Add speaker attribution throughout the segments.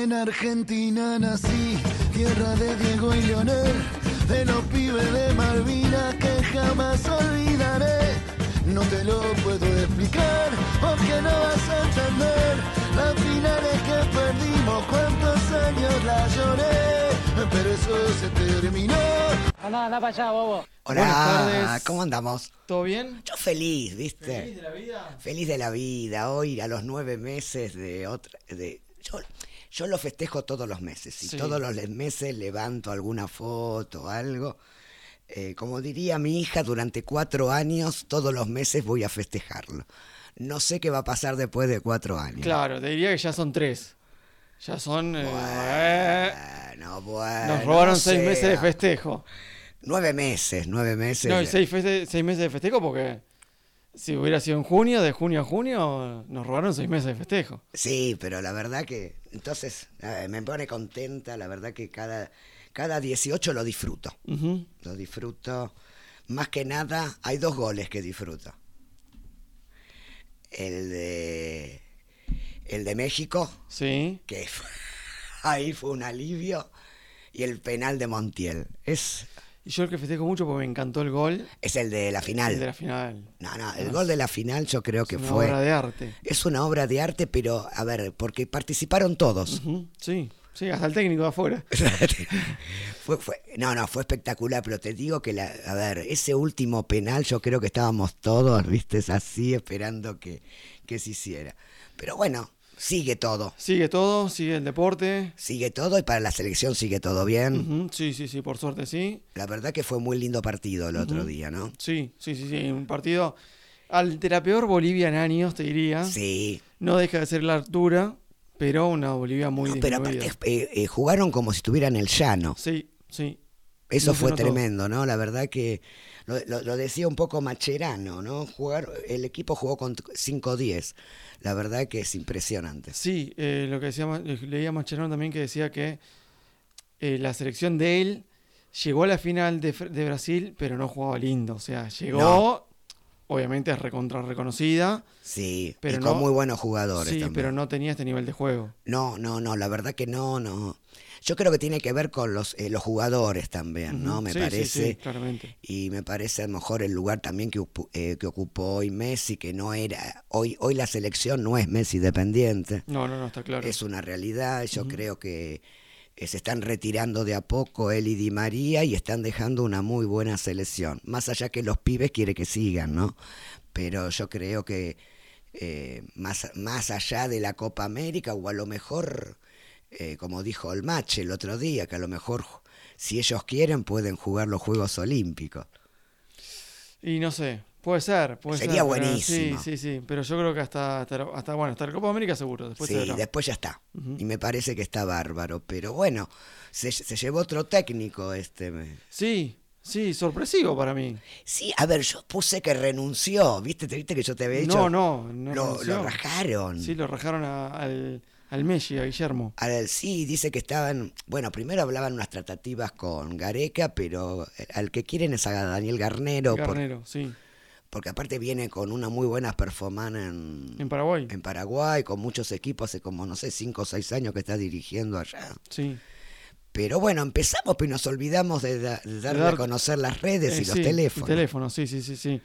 Speaker 1: Argentina nací, tierra de Diego y Leonel, de los pibes de Malvina que jamás olvidaré. No te lo puedo explicar porque no vas a entender las finales que perdimos, cuántos años la lloré, pero eso se terminó.
Speaker 2: Anda, anda para allá, bobo.
Speaker 3: Buenas
Speaker 4: Hola,
Speaker 3: tardes.
Speaker 4: ¿cómo andamos?
Speaker 3: ¿Todo bien?
Speaker 4: Yo feliz, ¿viste?
Speaker 3: ¿Feliz de la vida?
Speaker 4: Feliz de la vida, hoy a los nueve meses de otra... De, yo, yo lo festejo todos los meses y
Speaker 3: Sí.
Speaker 4: todos los le- meses levanto alguna foto, algo. Eh, como diría mi hija, durante cuatro años, todos los meses voy a festejarlo. No sé qué va a pasar después de cuatro años.
Speaker 3: Claro, te diría que ya son tres. Ya son. eh,
Speaker 4: Bueno, bueno.
Speaker 3: nos robaron
Speaker 4: no
Speaker 3: seis
Speaker 4: sé,
Speaker 3: meses de
Speaker 4: ah,
Speaker 3: festejo.
Speaker 4: Nueve meses, nueve meses.
Speaker 3: No,
Speaker 4: de-
Speaker 3: y seis, feste- seis meses de festejo porque si hubiera sido en junio, de junio a junio, nos robaron seis meses de festejo.
Speaker 4: Sí, pero la verdad que, entonces, eh, me pone contenta, la verdad que cada, cada 18 lo disfruto.
Speaker 3: Ujú.
Speaker 4: Lo disfruto. Más que nada, hay dos goles que disfruto. El de, el de México,
Speaker 3: Sí.
Speaker 4: que fue- ahí fue un alivio, y el penal de Montiel. Es,
Speaker 3: Y yo el que festejo mucho porque me encantó el gol
Speaker 4: es el de la
Speaker 3: el de
Speaker 4: final.
Speaker 3: la final.
Speaker 4: No, no, el gol de la final yo creo que
Speaker 3: Una
Speaker 4: fue...
Speaker 3: obra de arte.
Speaker 4: Es una obra de arte, pero, a ver, porque participaron todos.
Speaker 3: Ujú, Sí, sí, hasta el técnico de afuera.
Speaker 4: Fue- fue- no, no, fue espectacular, pero te digo que, la, a ver, ese último penal yo creo que estábamos todos, viste, Es así, esperando que, que se hiciera. Pero bueno, sigue todo,
Speaker 3: Sigue todo, sigue el deporte.
Speaker 4: sigue todo y para la selección sigue todo bien.
Speaker 3: Ujú, Sí, sí, sí, por suerte sí.
Speaker 4: La verdad que fue muy lindo partido el otro día, ¿no?
Speaker 3: Sí, sí, sí, sí. Un partido al de la peor Bolivia en años, te diría.
Speaker 4: Sí,
Speaker 3: No deja de ser la altura, pero una Bolivia muy
Speaker 4: No, pero
Speaker 3: disminuida.
Speaker 4: aparte eh, eh, jugaron como si estuvieran en el llano.
Speaker 3: Sí, sí.
Speaker 4: Eso
Speaker 3: No se
Speaker 4: fue
Speaker 3: notó.
Speaker 4: tremendo, ¿no? La verdad que lo, lo- lo decía un poco Macherano, ¿no? Jugar, el equipo jugó con 5-10. La verdad que es impresionante.
Speaker 3: Sí, eh, lo que decía, Ma- le- leía Mascherano también que decía que eh, la selección de él llegó a la final de, Fr- de Brasil, pero no jugaba lindo. O sea, llegó,
Speaker 4: No.
Speaker 3: obviamente es recontra reconocida,
Speaker 4: Sí,
Speaker 3: Pero
Speaker 4: y
Speaker 3: no-
Speaker 4: con muy buenos jugadores
Speaker 3: sí,
Speaker 4: también.
Speaker 3: pero no tenía este nivel de juego.
Speaker 4: No, no, no, la verdad que no, no. Yo creo que tiene que ver con los, eh, los jugadores también, ¿no?
Speaker 3: Ujú,
Speaker 4: Me
Speaker 3: sí, sí,
Speaker 4: parece.
Speaker 3: sí, claramente.
Speaker 4: Y me parece a lo mejor el lugar también que, ocu- eh, que ocupó hoy Messi, que no era. Hoy, hoy la selección no es Messi dependiente.
Speaker 3: No, no, no, está claro.
Speaker 4: Es una realidad. Yo creo que eh, se están retirando de a poco él y Di María y están dejando una muy buena selección. Más allá que los pibes quiere que sigan, ¿no? Pero yo creo que eh, más, más allá de la Copa América, o a lo mejor, eh, como dijo el Mache el otro día, que a lo mejor ju- si ellos quieren pueden jugar los Juegos Olímpicos.
Speaker 3: Y no sé, puede ser, puede ser.
Speaker 4: Sería
Speaker 3: pero
Speaker 4: buenísimo.
Speaker 3: Sí, sí, sí, pero yo creo que hasta, hasta, hasta- bueno, hasta la Copa América seguro, después se
Speaker 4: sí,
Speaker 3: verá.
Speaker 4: después ya está. Y me parece que está bárbaro. Pero bueno, se, se llevó otro técnico este. me-
Speaker 3: Sí, sí, sorpresivo para mí.
Speaker 4: Sí, a ver, yo puse que renunció, ¿viste? ¿Te viste que yo te había dicho?
Speaker 3: No, no, no
Speaker 4: Lo,
Speaker 3: renunció.
Speaker 4: lo rajaron.
Speaker 3: Sí, lo rajaron a- al, al Messi, a Guillermo.
Speaker 4: Al- sí, dice que estaban. Bueno, primero hablaban unas tratativas con Gareca, pero eh, al que quieren es a Daniel Garnero, por-
Speaker 3: Carnero, sí,
Speaker 4: porque aparte viene con una muy buena performance en,
Speaker 3: en Paraguay.
Speaker 4: en Paraguay, con muchos equipos, hace como, no sé, cinco o seis años que está dirigiendo allá.
Speaker 3: Sí,
Speaker 4: Pero bueno, empezamos, pero nos olvidamos de, da- de darle
Speaker 3: dar-
Speaker 4: a conocer las redes
Speaker 3: Eh,
Speaker 4: y los
Speaker 3: sí,
Speaker 4: teléfonos.
Speaker 3: Y teléfonos, sí, sí, sí, sí.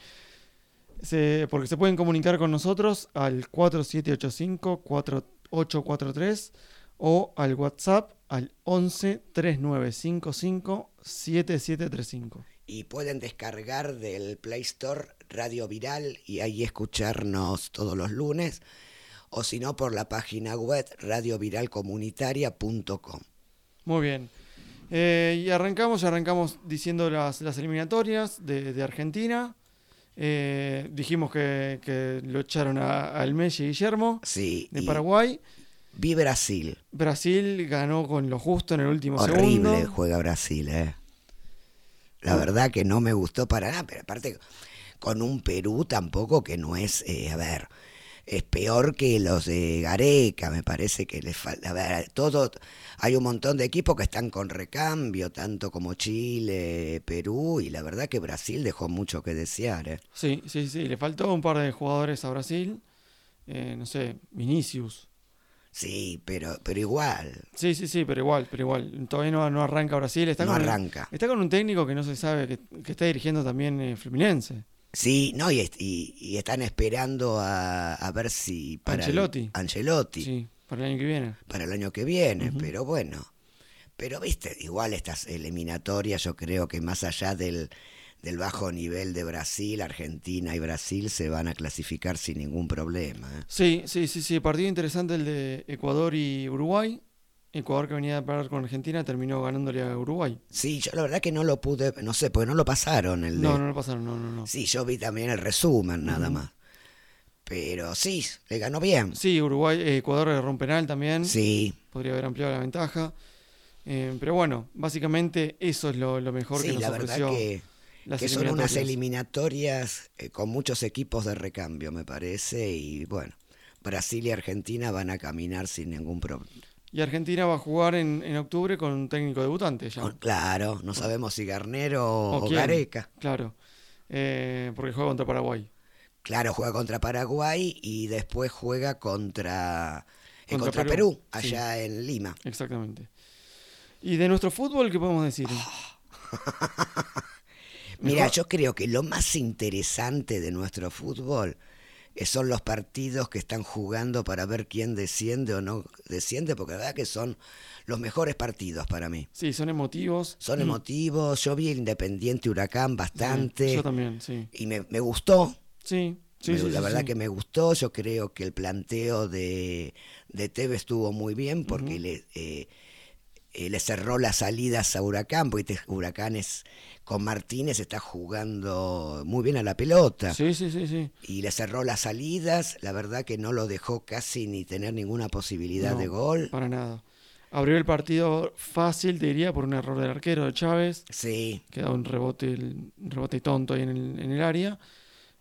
Speaker 3: Se- porque se pueden comunicar con nosotros al 4785-4843 o al WhatsApp al 11 3955 7735.
Speaker 4: y pueden descargar del Play Store Radio Viral y ahí escucharnos todos los lunes o si no por la página web radioviralcomunitaria.com.
Speaker 3: Muy bien. Eh, y arrancamos, ya arrancamos diciendo las, las eliminatorias de, de Argentina. Eh, dijimos que, que lo echaron a- al Messi Guillermo
Speaker 4: Sí,
Speaker 3: de
Speaker 4: y
Speaker 3: Paraguay.
Speaker 4: vi Brasil.
Speaker 3: Brasil ganó con lo justo en el último
Speaker 4: Horrible
Speaker 3: segundo.
Speaker 4: juega Brasil, eh. La verdad que no me gustó para nada, pero aparte con un Perú tampoco que no es, eh, a ver, es peor que los de Gareca, me parece que les falta, a ver, todo, hay un montón de equipos que están con recambio, tanto como Chile, Perú, y la verdad que Brasil dejó mucho que desear, eh.
Speaker 3: Sí, sí, sí. Le faltó un par de jugadores a Brasil. Eh, no sé, Vinicius.
Speaker 4: Sí, pero, pero igual.
Speaker 3: Sí, sí, sí, pero igual, pero igual. Todavía no, no arranca Brasil. Está
Speaker 4: No
Speaker 3: con
Speaker 4: arranca.
Speaker 3: Está con un técnico que no se sabe, que, que está dirigiendo también eh, Fluminense.
Speaker 4: Sí, no, y, est- y- y están esperando a, a ver si. Para el-
Speaker 3: Ancelotti.
Speaker 4: Ancelotti,
Speaker 3: Sí, para el año que viene.
Speaker 4: para el año que viene, pero bueno. Pero viste, igual estas eliminatorias, yo creo que más allá del, del bajo nivel de Brasil, Argentina y Brasil se van a clasificar sin ningún problema. ¿eh?
Speaker 3: Sí, sí, sí, sí. Partido interesante el de Ecuador y Uruguay. Ecuador que venía a parar con Argentina terminó ganándole a Uruguay.
Speaker 4: Sí, yo la verdad que no lo pude, no sé, porque no lo pasaron el de-
Speaker 3: No, no lo pasaron, no, no, no.
Speaker 4: Sí, yo vi también el resumen nada más. Pero sí, le ganó bien.
Speaker 3: Sí, Uruguay, eh, Ecuador erró un penal también.
Speaker 4: Sí.
Speaker 3: Podría haber ampliado la ventaja. Eh, pero bueno, básicamente eso es lo, lo mejor
Speaker 4: Sí,
Speaker 3: que nos
Speaker 4: la verdad
Speaker 3: ofreció.
Speaker 4: que,
Speaker 3: las
Speaker 4: que son unas
Speaker 3: eliminatorias.
Speaker 4: eliminatorias eh, con muchos equipos de recambio, me parece. Y bueno, Brasil y Argentina van a caminar sin ningún problema.
Speaker 3: Y Argentina va a jugar en, en octubre con un técnico debutante ya.
Speaker 4: Claro, no sabemos si Garnero o,
Speaker 3: quién?
Speaker 4: Gareca.
Speaker 3: Claro. Eh, porque juega contra Paraguay.
Speaker 4: Claro, juega contra Paraguay y después juega contra, eh,
Speaker 3: Contra
Speaker 4: contra Perú,
Speaker 3: Perú,
Speaker 4: allá en Lima.
Speaker 3: Exactamente. ¿Y de nuestro fútbol qué podemos decir?
Speaker 4: Mira,
Speaker 3: Mejor-
Speaker 4: yo creo que lo más interesante de nuestro fútbol eh, son los partidos que están jugando para ver quién desciende o no desciende, porque la verdad que son los mejores partidos para mí.
Speaker 3: Sí, son emotivos.
Speaker 4: Son emotivos, yo vi el Independiente Huracán bastante
Speaker 3: Mm, Yo también, sí.
Speaker 4: y me, me gustó,
Speaker 3: Sí, sí,
Speaker 4: me-
Speaker 3: sí,
Speaker 4: la
Speaker 3: sí,
Speaker 4: verdad
Speaker 3: sí.
Speaker 4: que me gustó, yo creo que el planteo de, de Tevez estuvo muy bien porque le, eh, eh, le cerró las salidas a Huracán, porque este Huracán es- con Martínez está jugando muy bien a la pelota.
Speaker 3: Sí, sí, sí, sí.
Speaker 4: Y le cerró las salidas, la verdad que no lo dejó casi ni tener ninguna posibilidad
Speaker 3: No, Ah.
Speaker 4: de gol.
Speaker 3: Para nada. Abrió el partido fácil, te diría, por un error del arquero de Chávez,
Speaker 4: Sí,
Speaker 3: que da un rebote, el- un rebote tonto ahí en el, en el área.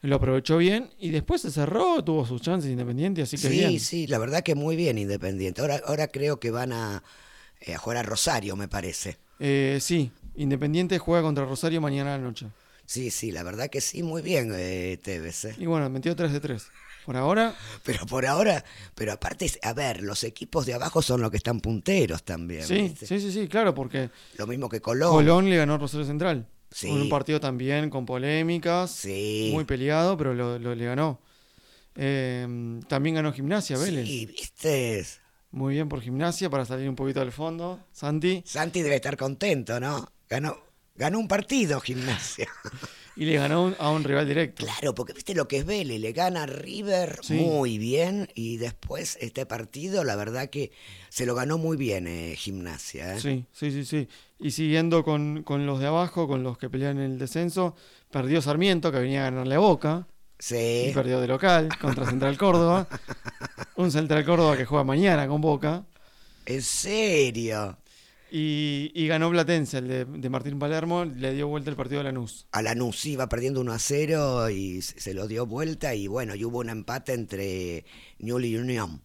Speaker 3: Lo aprovechó bien y después se cerró, tuvo sus chances independientes, así que
Speaker 4: sí,
Speaker 3: bien.
Speaker 4: sí, la verdad que muy bien Independiente. Ahora, ahora creo que van a, eh, a jugar a Rosario, me parece.
Speaker 3: Eh, sí, Independiente juega contra Rosario mañana a la noche.
Speaker 4: Sí, sí, la verdad que sí, muy bien eh, Tevez. eh.
Speaker 3: Y bueno, metió 3 de 3. Por ahora,
Speaker 4: Pero por ahora, pero aparte, a ver, los equipos de abajo son los que están punteros también.
Speaker 3: sí,
Speaker 4: ¿viste?
Speaker 3: sí, sí, sí, claro, porque
Speaker 4: Lo mismo que Colón.
Speaker 3: Colón le ganó a Rosario Central.
Speaker 4: Sí.
Speaker 3: Un partido también con polémicas,
Speaker 4: Sí.
Speaker 3: muy peleado, pero lo, lo- le ganó. Eh, también ganó Gimnasia, Vélez.
Speaker 4: Sí, viste.
Speaker 3: Muy bien por Gimnasia, para salir un poquito al fondo. Santi,
Speaker 4: Santi debe estar contento, ¿no? Ganó, ganó un partido, gimnasia.
Speaker 3: y le ganó un- a un rival directo.
Speaker 4: claro, porque viste lo que es Vélez, le gana a River
Speaker 3: Sí.
Speaker 4: muy bien y después este partido, la verdad que se lo ganó muy bien eh, gimnasia. ¿eh?
Speaker 3: Sí, sí, sí, sí. Y siguiendo con, con los de abajo, con los que pelean el descenso, perdió Sarmiento, que venía a ganarle a Boca.
Speaker 4: Sí.
Speaker 3: Y perdió de local contra Central Córdoba. Un Central Córdoba que juega mañana con Boca.
Speaker 4: En serio.
Speaker 3: Y, y ganó Platense, el de, de Martín Palermo, le dio vuelta el partido a Lanús.
Speaker 4: A Lanús sí, iba perdiendo 1 a 0 y se se lo dio vuelta y bueno, y hubo un empate entre Newell y Unión.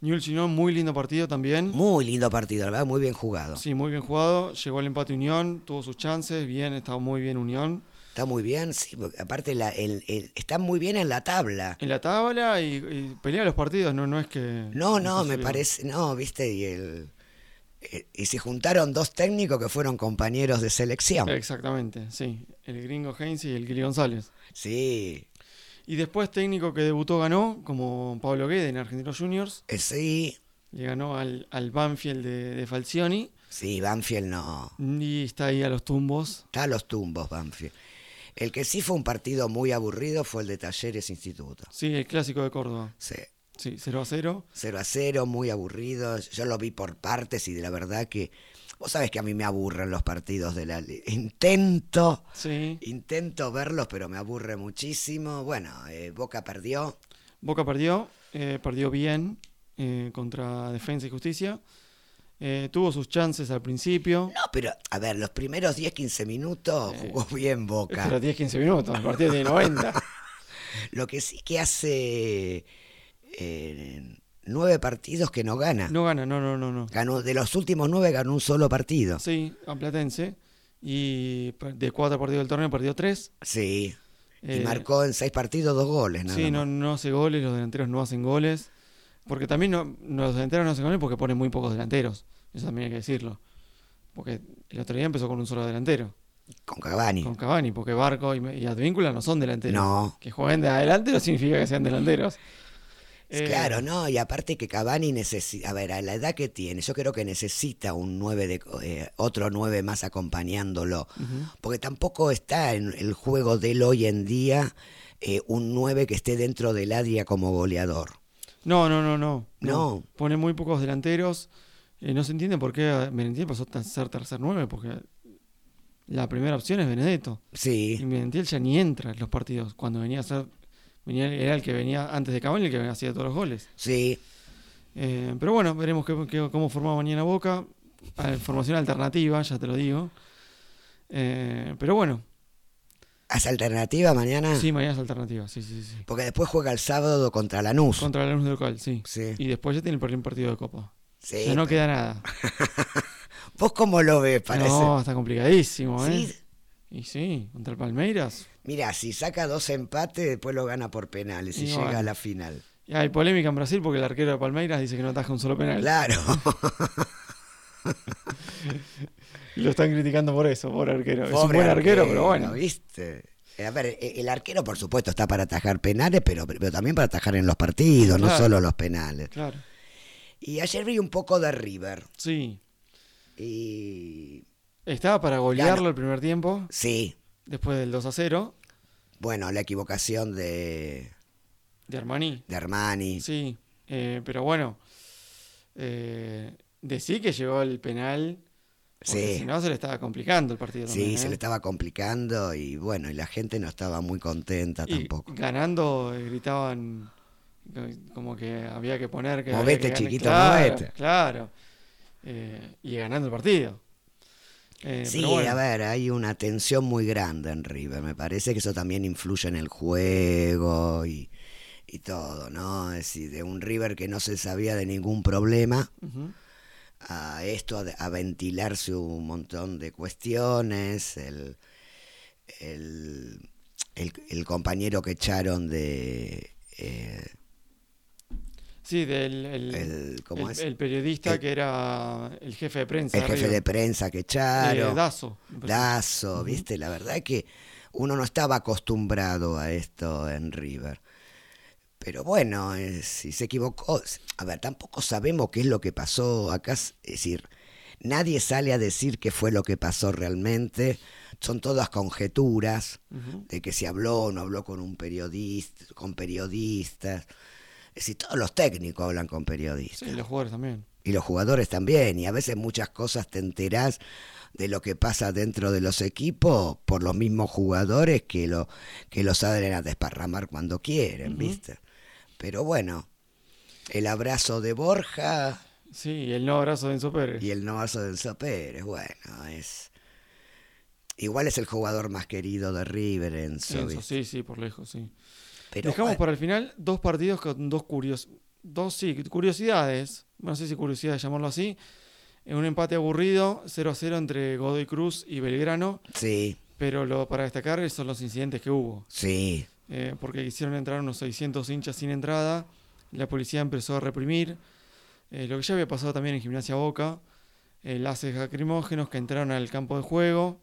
Speaker 3: Newell's Unión, muy lindo partido también.
Speaker 4: Muy lindo partido, la verdad, muy bien jugado.
Speaker 3: Sí, muy bien jugado. Llegó el empate Unión, tuvo sus chances, bien, estaba muy bien Unión.
Speaker 4: Está muy bien, sí, porque aparte la, el- el- está muy bien en la tabla.
Speaker 3: En la tabla y, y pelea los partidos, no, no es que...
Speaker 4: No, no, me
Speaker 3: imposible.
Speaker 4: parece, no, viste, y el eh, y se juntaron dos técnicos que fueron compañeros de selección.
Speaker 3: Exactamente, sí. El gringo Heinz y el Kili González.
Speaker 4: Sí,
Speaker 3: Y después técnico que debutó ganó, como Pablo Guede en Argentinos Juniors.
Speaker 4: eh, sí,
Speaker 3: Le ganó al, al Banfield de, de Falcioni
Speaker 4: sí, Banfield no.
Speaker 3: y está ahí a los tumbos.
Speaker 4: Está a los tumbos, Banfield. El que sí fue un partido muy aburrido fue el de Talleres Instituto.
Speaker 3: Sí, el clásico de Córdoba.
Speaker 4: Sí.
Speaker 3: Sí, 0 a 0.
Speaker 4: 0 a 0, muy aburrido. Yo lo vi por partes y de la verdad que. Vos sabés que a mí me aburren los partidos de la. li- Intento.
Speaker 3: Sí.
Speaker 4: Intento verlos, pero me aburre muchísimo. Bueno, eh, Boca perdió.
Speaker 3: Boca perdió, eh, perdió bien eh, contra Defensa y Justicia. Eh, tuvo sus chances al principio.
Speaker 4: No, pero a ver, los primeros 10, 15 minutos jugó bien Boca.
Speaker 3: Pero 10-15 minutos, el partido de 90.
Speaker 4: Lo que sí que hace eh, nueve partidos que no gana.
Speaker 3: No gana, no, no, no, no.
Speaker 4: Ganó, de los últimos nueve ganó un solo partido.
Speaker 3: Sí, a Platense. Y per- de cuatro partidos del torneo perdió tres.
Speaker 4: Sí. Y
Speaker 3: Eh,
Speaker 4: marcó en seis partidos dos goles, nada
Speaker 3: Sí,
Speaker 4: más.
Speaker 3: no, no hace goles, los delanteros no hacen goles. Porque también no, no- los delanteros no se comen porque ponen muy pocos delanteros. Eso también hay que decirlo. Porque el otro día empezó con un solo delantero,
Speaker 4: con Cavani.
Speaker 3: con Cavani, porque Barco y, y Advíncula no son delanteros.
Speaker 4: No.
Speaker 3: Que jueguen de adelante no significa que sean delanteros. Eh,
Speaker 4: Claro, no, y aparte que Cavani necesita, a ver, a la edad que tiene, yo creo que necesita un 9 de, eh, otro 9 más acompañándolo, porque tampoco está en el juego del hoy en día eh, un 9 que esté dentro del área como goleador.
Speaker 3: No, no, no, no.
Speaker 4: No.
Speaker 3: Pone muy pocos delanteros. Eh, no se entiende por qué Merentiel pasó a ser tercer 9, porque la primera opción es Benedetto. Y
Speaker 4: Sí,
Speaker 3: Merentiel ya ni entra en los partidos. Cuando venía a ser. Venía, era el que venía antes de Cavani, el que hacía todos los goles.
Speaker 4: sí,
Speaker 3: Eh, pero bueno, veremos qué- qué- cómo forma mañana Boca. Ah, Formación alternativa, ya te lo digo. Eh, pero bueno,
Speaker 4: ¿Hace alternativa mañana?
Speaker 3: sí, mañana es alternativa. Sí, sí, sí.
Speaker 4: Porque después juega el sábado contra Lanús.
Speaker 3: Contra la luz del local, sí.
Speaker 4: Sí.
Speaker 3: Y después ya tiene el primer partido de Copa.
Speaker 4: Sí,
Speaker 3: ya no
Speaker 4: pero-
Speaker 3: queda nada.
Speaker 4: ¿Vos cómo lo ves? Parece.
Speaker 3: No, está complicadísimo, ¿eh?
Speaker 4: Sí.
Speaker 3: Y sí, contra el Palmeiras.
Speaker 4: Mira, si saca dos empates, después lo gana por penales y,
Speaker 3: Y
Speaker 4: llega
Speaker 3: bueno.
Speaker 4: a la final.
Speaker 3: Y hay polémica en Brasil porque el arquero de Palmeiras dice que no ataja un solo penal.
Speaker 4: Claro.
Speaker 3: Y lo están criticando por eso, pobre arquero. es un
Speaker 4: Pobre
Speaker 3: buen arquero, pero bueno.
Speaker 4: ¿Viste? Eh, A ver, eh, el arquero, por supuesto, está para atajar penales, pero, pero también para atajar en los partidos, no
Speaker 3: Claro.
Speaker 4: solo los penales.
Speaker 3: Claro.
Speaker 4: Y ayer vi un poco de River.
Speaker 3: Sí.
Speaker 4: Y.
Speaker 3: Estaba para golearlo
Speaker 4: Ganó.
Speaker 3: el primer tiempo,
Speaker 4: Sí,
Speaker 3: después del 2 a 0,
Speaker 4: bueno, la equivocación de,
Speaker 3: de Armani.
Speaker 4: de Armani.
Speaker 3: Sí. Eh, pero bueno. Eh, decí que llegó el penal. Porque
Speaker 4: Sí.
Speaker 3: Si no, se le estaba complicando el partido.
Speaker 4: Sí,
Speaker 3: también,
Speaker 4: se
Speaker 3: ¿eh?
Speaker 4: le estaba complicando y bueno, y la gente no estaba muy contenta
Speaker 3: Y
Speaker 4: Ah, tampoco.
Speaker 3: ganando eh, gritaban eh, como que había que poner que había
Speaker 4: Movete,
Speaker 3: que ganar.
Speaker 4: chiquito,
Speaker 3: claro,
Speaker 4: movete.
Speaker 3: claro Eh, y ganando el partido Eh,
Speaker 4: Sí,
Speaker 3: pero bueno,
Speaker 4: a ver, hay una tensión muy grande en River. Me parece que eso también influye en el juego y, y todo, ¿no? Es decir, de un River que no se sabía de ningún problema
Speaker 3: ujú.
Speaker 4: a esto, a, a ventilarse un montón de cuestiones, el, el, el- el compañero que echaron de... eh,
Speaker 3: sí del el,
Speaker 4: El- ¿cómo
Speaker 3: el-
Speaker 4: es?
Speaker 3: el periodista
Speaker 4: El-
Speaker 3: que era el jefe de prensa
Speaker 4: el jefe
Speaker 3: Río.
Speaker 4: de prensa que
Speaker 3: Eh,
Speaker 4: echaron.
Speaker 3: Dazo me parece.
Speaker 4: Lazo, ¿viste? La verdad que uno no estaba acostumbrado a esto en River. Pero bueno, eh, si se equivocó, s- a ver, tampoco sabemos qué es lo que pasó acá. s- Es decir, nadie sale a decir qué fue lo que pasó realmente. Son todas conjeturas
Speaker 3: Ujú.
Speaker 4: de que si habló o no habló con un periodista, con periodistas. Es decir, todos los técnicos hablan con periodistas.
Speaker 3: sí los jugadores también
Speaker 4: Y los jugadores también. Y a veces muchas cosas te enterás de lo que pasa dentro de los equipos por los mismos jugadores que lo, que lo salen a desparramar cuando quieren, ¿viste? Pero bueno, el abrazo de Borja
Speaker 3: sí y el no abrazo de Enzo Pérez
Speaker 4: y el no abrazo de Enzo Pérez, bueno, es... Igual es el jugador más querido de River, Enzo.
Speaker 3: Enzo,
Speaker 4: ¿viste?
Speaker 3: sí sí por lejos sí
Speaker 4: Pero ah,
Speaker 3: Dejamos
Speaker 4: bueno,
Speaker 3: para el final dos partidos con dos curios, dos sí, curiosidades. No sé si curiosidades llamarlo así. En un empate aburrido, 0 a 0 entre Godoy Cruz y Belgrano.
Speaker 4: Sí,
Speaker 3: Pero lo para destacar son los incidentes que hubo.
Speaker 4: sí,
Speaker 3: eh, porque hicieron entrar unos 600 hinchas sin entrada. La policía empezó a reprimir. eh, lo que ya había pasado también en Gimnasia Boca. eh, Láseres lacrimógenos que entraron al campo de juego.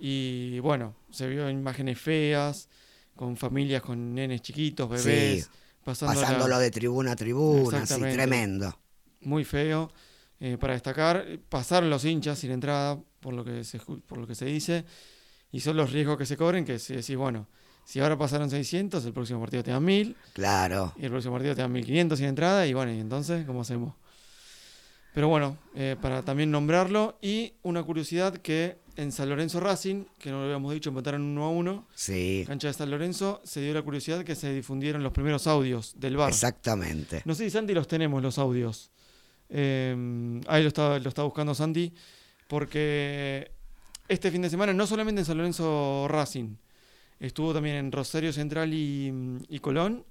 Speaker 3: Y bueno, se vio imágenes feas. Con familias con nenes chiquitos, bebés.
Speaker 4: Sí,
Speaker 3: pasándola-
Speaker 4: pasándolo de tribuna a tribuna, sí,
Speaker 3: Exactamente.
Speaker 4: tremendo.
Speaker 3: muy feo. eh, para destacar, eh, pasaron los hinchas sin entrada, por lo, que se, escu- por lo que se dice, y son los riesgos que se cobren, que si decís, bueno, si ahora pasaron 600, el próximo partido te dan 1000,
Speaker 4: Claro.
Speaker 3: y el próximo partido te dan 1500 sin entrada, y bueno, y entonces, ¿cómo hacemos? Pero bueno, eh, para también nombrarlo, y una curiosidad que en San Lorenzo Racing, que no lo habíamos dicho, empataron 1 a 1,
Speaker 4: Sí,
Speaker 3: cancha de San Lorenzo, se dio la curiosidad que se difundieron los primeros audios del bar.
Speaker 4: exactamente.
Speaker 3: No sé si Santi los tenemos, los audios. Eh, ahí lo está, lo está buscando Santi. Porque este fin de semana, no solamente en San Lorenzo Racing, estuvo también en Rosario Central y, y Colón.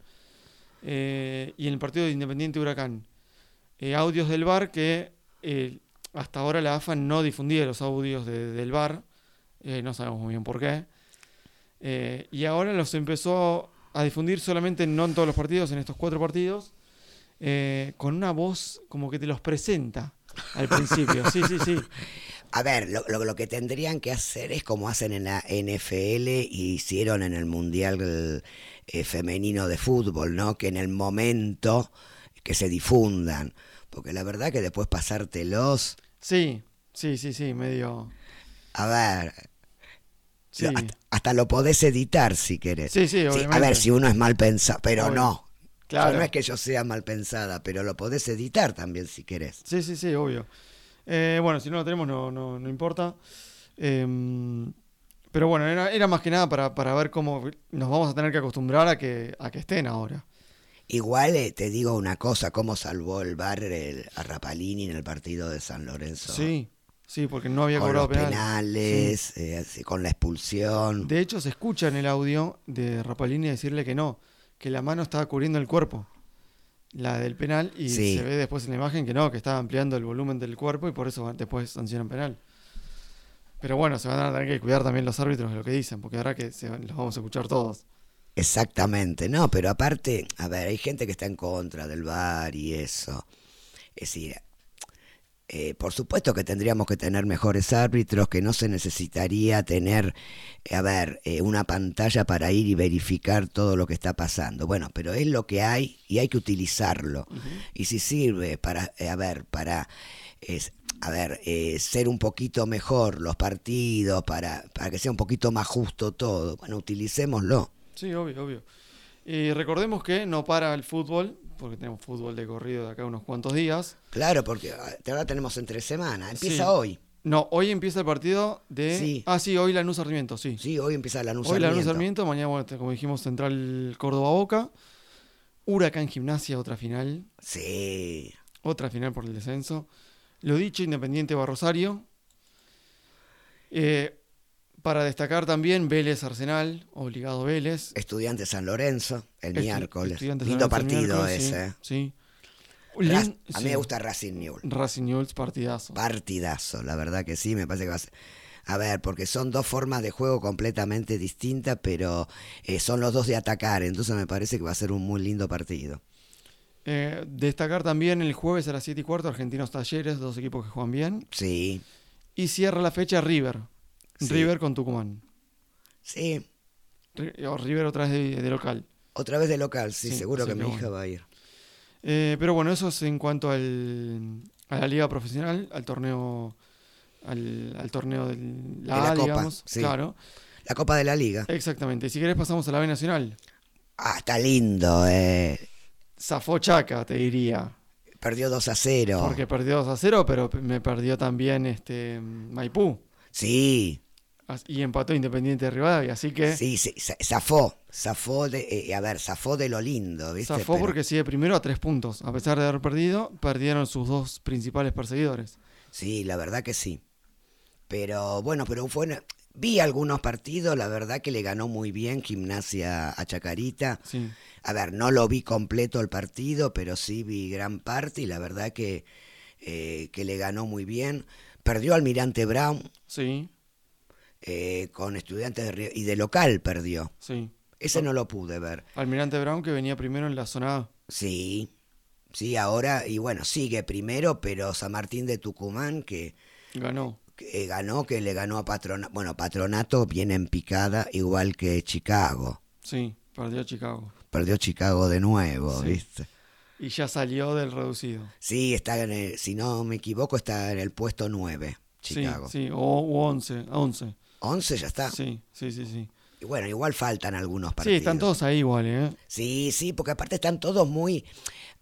Speaker 3: eh, y en el partido de Independiente Huracán. Eh, audios del bar que eh, hasta ahora la AFA no difundía los audios de- del bar. eh, no sabemos muy bien por qué. Eh, y ahora los empezó a difundir solamente, no en todos los partidos, en estos cuatro partidos. eh, con una voz como que te los presenta al principio. Sí, sí, sí.
Speaker 4: A ver, lo, lo- lo que tendrían que hacer es como hacen en la NFL y hicieron en el Mundial eh, Femenino de Fútbol, ¿no? Que en el momento que se difundan. Porque la verdad que después pasártelos.
Speaker 3: Sí, sí, sí, sí, medio.
Speaker 4: A ver,
Speaker 3: Sí,
Speaker 4: lo- hasta, hasta lo podés editar si querés.
Speaker 3: Sí, sí, obviamente.
Speaker 4: A ver, si uno es mal pensado, pero
Speaker 3: Obvio.
Speaker 4: no.
Speaker 3: Claro.
Speaker 4: Yo no es que yo sea mal pensada, pero lo podés editar también si querés.
Speaker 3: sí, sí, sí, obvio. Eh, bueno, si no lo tenemos, no, no, no importa. Em, pero bueno, era, era más que nada para, para ver cómo nos vamos a tener que acostumbrar a que, a que estén ahora.
Speaker 4: Igual eh, te digo una cosa, cómo salvó el bar el, a Rapalini en el partido de San Lorenzo.
Speaker 3: Sí, sí, porque no había
Speaker 4: con
Speaker 3: cobrado
Speaker 4: los
Speaker 3: penal.
Speaker 4: penales, eh, así, con la expulsión.
Speaker 3: De hecho, se escucha en el audio de Rapalini decirle que no, que la mano estaba cubriendo el cuerpo, la del penal, y
Speaker 4: Sí.
Speaker 3: se ve después en la imagen que no, que estaba ampliando el volumen del cuerpo y por eso después sancionan penal. Pero bueno, se van a tener que cuidar también los árbitros de lo que dicen, porque ahora que se- los vamos a escuchar todos.
Speaker 4: Exactamente, no, pero aparte, a ver, hay gente que está en contra del bar y eso. Es decir, eh, por supuesto que tendríamos que tener mejores árbitros, que no se necesitaría tener, eh, a ver, eh, una pantalla para ir y verificar todo lo que está pasando. Bueno, pero es lo que hay y hay que utilizarlo. Y si sirve para, eh, a ver, para, es, a ver, eh, ser un poquito mejor los partidos, para, para que sea un poquito más justo todo, bueno, utilicémoslo.
Speaker 3: Sí, obvio, obvio. Y recordemos que no para el fútbol, porque tenemos fútbol de corrido de acá unos cuantos días.
Speaker 4: Claro, porque ah, ahora tenemos entre semana. Empieza
Speaker 3: Sí.
Speaker 4: hoy.
Speaker 3: No, hoy empieza el partido de...
Speaker 4: Sí.
Speaker 3: Ah, sí, hoy Lanús Sarmiento, sí.
Speaker 4: Sí, hoy empieza la
Speaker 3: Hoy Lanús Sarmiento, mañana, bueno, te- como dijimos, Central Córdoba Boca. Huracán Gimnasia, otra final.
Speaker 4: Sí.
Speaker 3: Otra final por el descenso. Lo dicho, Independiente va a Rosario. Eh, para destacar también, Vélez Arsenal, obligado Vélez.
Speaker 4: Estudiante San Lorenzo, el
Speaker 3: Estu-
Speaker 4: miércoles.
Speaker 3: Estudiantes de
Speaker 4: Lindo
Speaker 3: Lanús el
Speaker 4: partido
Speaker 3: miércoles, sí,
Speaker 4: ese. eh.
Speaker 3: Sí.
Speaker 4: Ras-
Speaker 3: Lin-
Speaker 4: a
Speaker 3: sí.
Speaker 4: mí me gusta Racing Newell.
Speaker 3: Racing News, partidazo.
Speaker 4: Partidazo, la verdad que sí, me parece que va a ser. A ver, porque son dos formas de juego completamente distintas, pero eh, son los dos de atacar, entonces me parece que va a ser un muy lindo partido.
Speaker 3: Eh, destacar también el jueves a las 7 y cuarto, Argentinos Talleres, dos equipos que juegan bien.
Speaker 4: Sí,
Speaker 3: Y cierra la fecha River.
Speaker 4: Sí.
Speaker 3: River con Tucumán.
Speaker 4: sí.
Speaker 3: Ri- o River otra vez de, de local.
Speaker 4: Otra vez de local, sí,
Speaker 3: Sí,
Speaker 4: seguro
Speaker 3: sí,
Speaker 4: que mi
Speaker 3: qué
Speaker 4: hija
Speaker 3: bueno.
Speaker 4: va a ir.
Speaker 3: Eh, pero bueno, eso es en cuanto al, a la liga profesional, al torneo, al, al torneo del, la
Speaker 4: De la
Speaker 3: A,
Speaker 4: Copa,
Speaker 3: digamos.
Speaker 4: sí.
Speaker 3: Claro,
Speaker 4: La Copa de la Liga.
Speaker 3: exactamente. Si querés pasamos a la B Nacional.
Speaker 4: Ah, está lindo, eh.
Speaker 3: Zafó Chaca, te diría.
Speaker 4: Perdió 2 a 0.
Speaker 3: Porque perdió 2 a 0, pero p- me perdió también este Maipú.
Speaker 4: Sí,
Speaker 3: As- Y empató Independiente de Rivadavia. Así que
Speaker 4: sí, sí, za- zafó, zafó de, eh, a ver, zafó de lo lindo, ¿viste?
Speaker 3: zafó
Speaker 4: Pero-
Speaker 3: porque sigue primero a tres puntos. A pesar de haber perdido, perdieron sus dos principales perseguidores.
Speaker 4: Sí, la verdad que sí. Pero bueno, pero fue una- vi algunos partidos, la verdad que le ganó muy bien Gimnasia a Chacarita.
Speaker 3: Sí.
Speaker 4: A ver, no lo vi completo el partido, pero sí vi gran parte y la verdad que, eh, que le ganó muy bien. Perdió Almirante Brown
Speaker 3: Sí,
Speaker 4: eh, con estudiantes de Río- y de local perdió.
Speaker 3: sí.
Speaker 4: Ese no lo pude ver.
Speaker 3: Almirante Brown que venía primero en la zona A.
Speaker 4: Sí, sí, ahora, y bueno, sigue primero, pero San Martín de Tucumán, que,
Speaker 3: Ganó.
Speaker 4: que ganó, que le ganó a Patronato. Bueno, Patronato viene en picada, igual que Chicago.
Speaker 3: Sí, perdió Chicago.
Speaker 4: Perdió Chicago de nuevo,
Speaker 3: Sí.
Speaker 4: ¿viste?
Speaker 3: Y ya salió del reducido.
Speaker 4: Sí, está en el- si no me equivoco, está en el puesto 9,
Speaker 3: Sí,
Speaker 4: Chicago.
Speaker 3: Sí, o, o 11, 11.
Speaker 4: 11 ya está.
Speaker 3: Sí, sí, sí, sí.
Speaker 4: Y bueno, igual faltan algunos
Speaker 3: Sí,
Speaker 4: partidos.
Speaker 3: están todos ahí igual, ¿eh?
Speaker 4: Sí, sí, porque aparte están todos muy.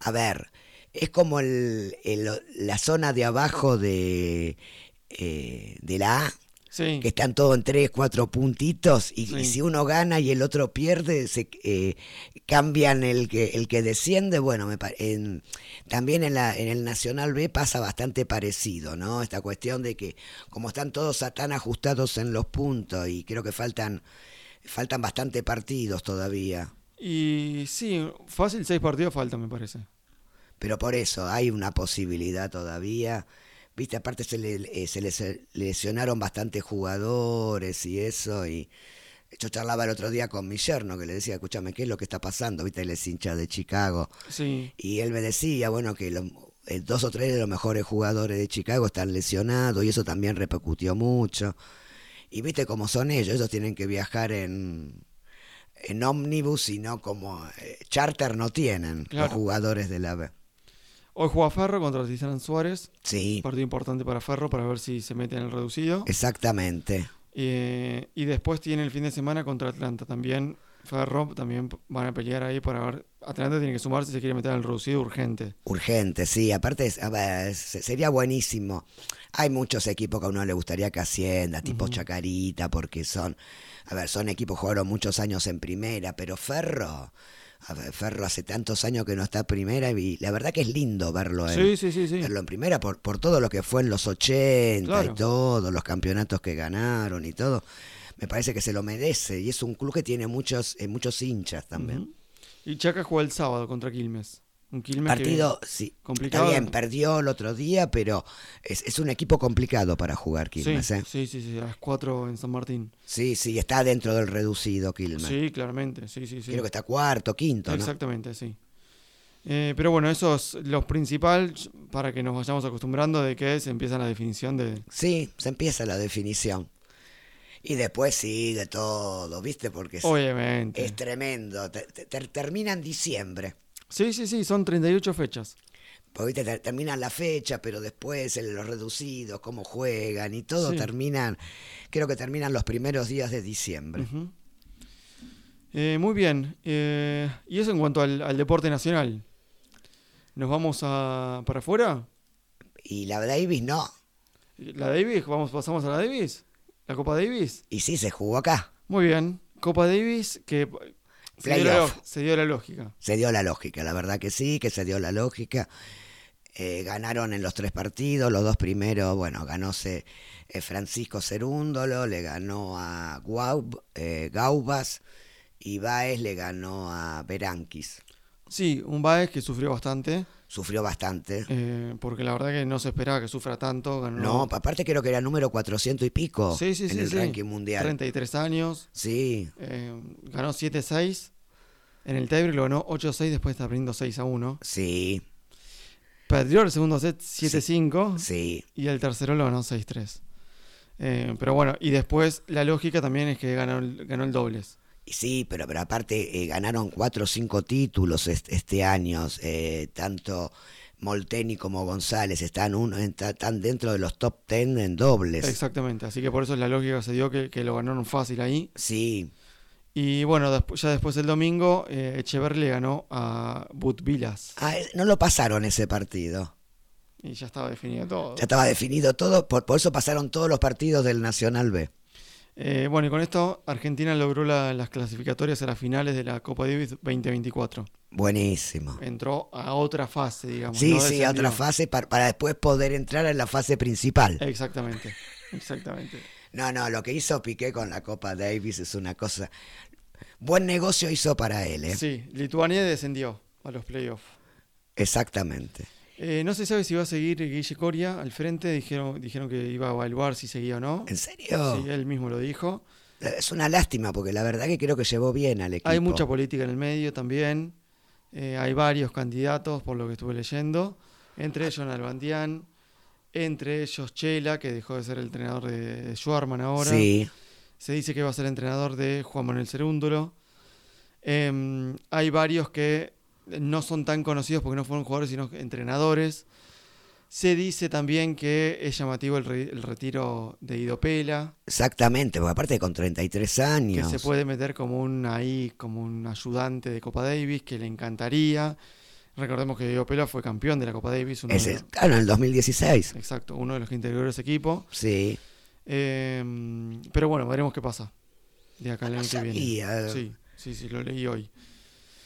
Speaker 4: A ver, es como el, el- la zona de abajo de, eh, de la A,
Speaker 3: Sí,
Speaker 4: que están todos en tres, cuatro puntitos, y,
Speaker 3: Sí.
Speaker 4: y si uno gana y el otro pierde, se eh, cambian el que, el que desciende. Bueno, me pa- en- también en, la, en el Nacional B pasa bastante parecido, ¿no? Esta cuestión de que como están todos a- tan ajustados en los puntos y creo que faltan, faltan bastante partidos todavía.
Speaker 3: y sí, fácil seis partidos faltan, me parece.
Speaker 4: Pero por eso hay una posibilidad todavía. Viste, aparte se, le- eh, se les lesionaron bastantes jugadores y eso, y Yo charlaba el otro día con mi yerno que le decía, escúchame, ¿qué es lo que está pasando? Viste, él es hincha de Chicago.
Speaker 3: Sí,
Speaker 4: Y él me decía, bueno, que los- eh, dos o tres de los mejores jugadores de Chicago están lesionados y eso también repercutió mucho. Y viste cómo son ellos, ellos tienen que viajar en, en ómnibus y no como... eh, charter no tienen
Speaker 3: Claro.
Speaker 4: los jugadores de la B.
Speaker 3: hoy juega Ferro contra Tizian Suárez.
Speaker 4: Sí,
Speaker 3: Partido importante para Ferro para ver si se mete en el reducido.
Speaker 4: exactamente.
Speaker 3: Eh, y después tiene el fin de semana contra Atlanta también. Ferro también van a pelear ahí para ver. Atlanta tiene que sumarse si se quiere meter en el reducido urgente.
Speaker 4: Urgente, sí. Aparte, es- a ver, se- sería buenísimo. Hay muchos equipos que a uno le gustaría que ascienda, tipo Chacarita, porque son, a ver, son equipos que jugaron muchos años en primera, pero Ferro, a ver, Ferro hace tantos años que no está en primera y la verdad que es lindo verlo en,
Speaker 3: Sí, sí, sí, sí.
Speaker 4: verlo en primera por, por todo lo que fue en los 80
Speaker 3: Claro.
Speaker 4: y todo, los campeonatos que ganaron y todo. Me parece que se lo merece y es un club que tiene muchos, eh, muchos hinchas también.
Speaker 3: Y Chaca juega el sábado contra Quilmes. Un Quilmes que-
Speaker 4: Partido, sí.
Speaker 3: complicado.
Speaker 4: Está bien, perdió el otro día, pero es, es un equipo complicado para jugar Quilmes.
Speaker 3: sí,
Speaker 4: ¿eh?
Speaker 3: sí, sí, sí, a las 4 en San Martín.
Speaker 4: Sí, sí, está dentro del reducido Quilmes.
Speaker 3: Sí, claramente, sí, sí, sí.
Speaker 4: Creo que está cuarto, quinto, ¿no?
Speaker 3: Exactamente, sí. Eh, pero bueno, eso es lo principal para que nos vayamos acostumbrando de que se empieza la definición de...
Speaker 4: Sí, se empieza la definición. Y después sigue todo, ¿viste? Porque es,
Speaker 3: Obviamente.
Speaker 4: es tremendo. Te- te- te- termina en diciembre.
Speaker 3: Sí, sí, sí, son 38 fechas.
Speaker 4: Porque ¿viste? Te- terminan la fecha, pero después el- los reducidos, cómo juegan y todo
Speaker 3: Sí.
Speaker 4: terminan. Creo que terminan los primeros días de diciembre.
Speaker 3: Ujú. Eh, muy bien. eh, y eso en cuanto al, al deporte nacional. ¿Nos vamos a, para afuera?
Speaker 4: Y la Davis no.
Speaker 3: ¿La Davis? Vamos, ¿Pasamos a la Davis? ¿La Copa Davis?
Speaker 4: Y sí, se jugó acá.
Speaker 3: Muy bien. Copa Davis que se dio, la,
Speaker 4: Playoff.
Speaker 3: log- se dio la lógica.
Speaker 4: Se dio la lógica, la verdad que sí, que se dio la lógica. Eh, ganaron en los tres partidos, los dos primeros, bueno, ganó se- eh, Francisco Cerúndolo, le ganó a Guau- eh, Gaubas y Baez le ganó a Beranquis.
Speaker 3: Sí, un Baez que sufrió bastante,
Speaker 4: Sufrió bastante.
Speaker 3: eh, porque la verdad que no se esperaba que sufra tanto. Ganó,
Speaker 4: No, aparte creo que era número 400 y pico
Speaker 3: Mm. sí, sí,
Speaker 4: en
Speaker 3: sí,
Speaker 4: el
Speaker 3: sí.
Speaker 4: ranking mundial.
Speaker 3: 33 años,
Speaker 4: Sí,
Speaker 3: eh, ganó 7-6. En el tiebreak lo ganó 8-6, después está perdiendo 6-1.
Speaker 4: sí,
Speaker 3: Perdió el segundo set 7-5
Speaker 4: sí.
Speaker 3: y el tercero lo ganó 6-3. Eh, pero bueno, y después la lógica también es que ganó, el- ganó el dobles.
Speaker 4: Y Sí, pero, pero aparte eh, ganaron cuatro o cinco títulos est- este año, eh, tanto Molteni como González están, uno, en- ta- están dentro de los top ten en dobles.
Speaker 3: Exactamente, así que por eso la lógica se dio que, que lo ganaron fácil ahí.
Speaker 4: Sí,
Speaker 3: Y bueno, despu- ya después el domingo, eh, Echeverri le ganó a Butvilas.
Speaker 4: Ah, eh, no lo pasaron ese partido.
Speaker 3: Y ya estaba definido todo.
Speaker 4: Ya estaba definido todo, por, por eso pasaron todos los partidos del Nacional B.
Speaker 3: Eh, bueno, y con esto Argentina logró la- las clasificatorias a las finales de la Copa Davis 2024.
Speaker 4: Buenísimo.
Speaker 3: Entró a otra fase, digamos.
Speaker 4: Sí,
Speaker 3: Eh, no
Speaker 4: sí, a otra
Speaker 3: descendió.
Speaker 4: fase par- para, después poder entrar en la fase principal.
Speaker 3: Eh. Exactamente, exactamente.
Speaker 4: No, no, lo que hizo Piqué con la Copa Davis es una cosa... Buen negocio hizo para él, ¿eh?
Speaker 3: Sí, Lituania descendió a los playoffs.
Speaker 4: Exactamente.
Speaker 3: Eh, no se sabe si va a seguir Guille Coria al frente. Dijeron, dijeron que iba a evaluar si seguía o no.
Speaker 4: ¿En serio?
Speaker 3: Sí, eh. él mismo lo dijo.
Speaker 4: Es una lástima porque la verdad que creo que llevó bien al equipo.
Speaker 3: Hay mucha política en el medio también. Eh, hay varios candidatos, por lo que estuve leyendo. Entre ellos Nalbandián, entre ellos Chela, que dejó de ser el entrenador de, de Schwarman ahora.
Speaker 4: Sí,
Speaker 3: Se dice que va a ser entrenador de Juan Manuel Cerúndulo. Em, hay varios que no son tan conocidos porque no fueron jugadores, sino entrenadores. Se dice también que es llamativo el, re- el retiro de Ido Pela,
Speaker 4: exactamente, porque aparte con 33
Speaker 3: que
Speaker 4: años.
Speaker 3: se puede meter como un ahí, como un ayudante de Copa Davis, que le encantaría. Recordemos que Ido Pela fue campeón de la Copa Davis, uno de
Speaker 4: Ese-
Speaker 3: los-
Speaker 4: claro, en el 2016.
Speaker 3: exacto, uno de los que integró ese equipo.
Speaker 4: Sí.
Speaker 3: Em, pero bueno, veremos qué pasa de acá al
Speaker 4: No
Speaker 3: año que viene.
Speaker 4: sabía.
Speaker 3: Sí, sí, sí, lo leí hoy.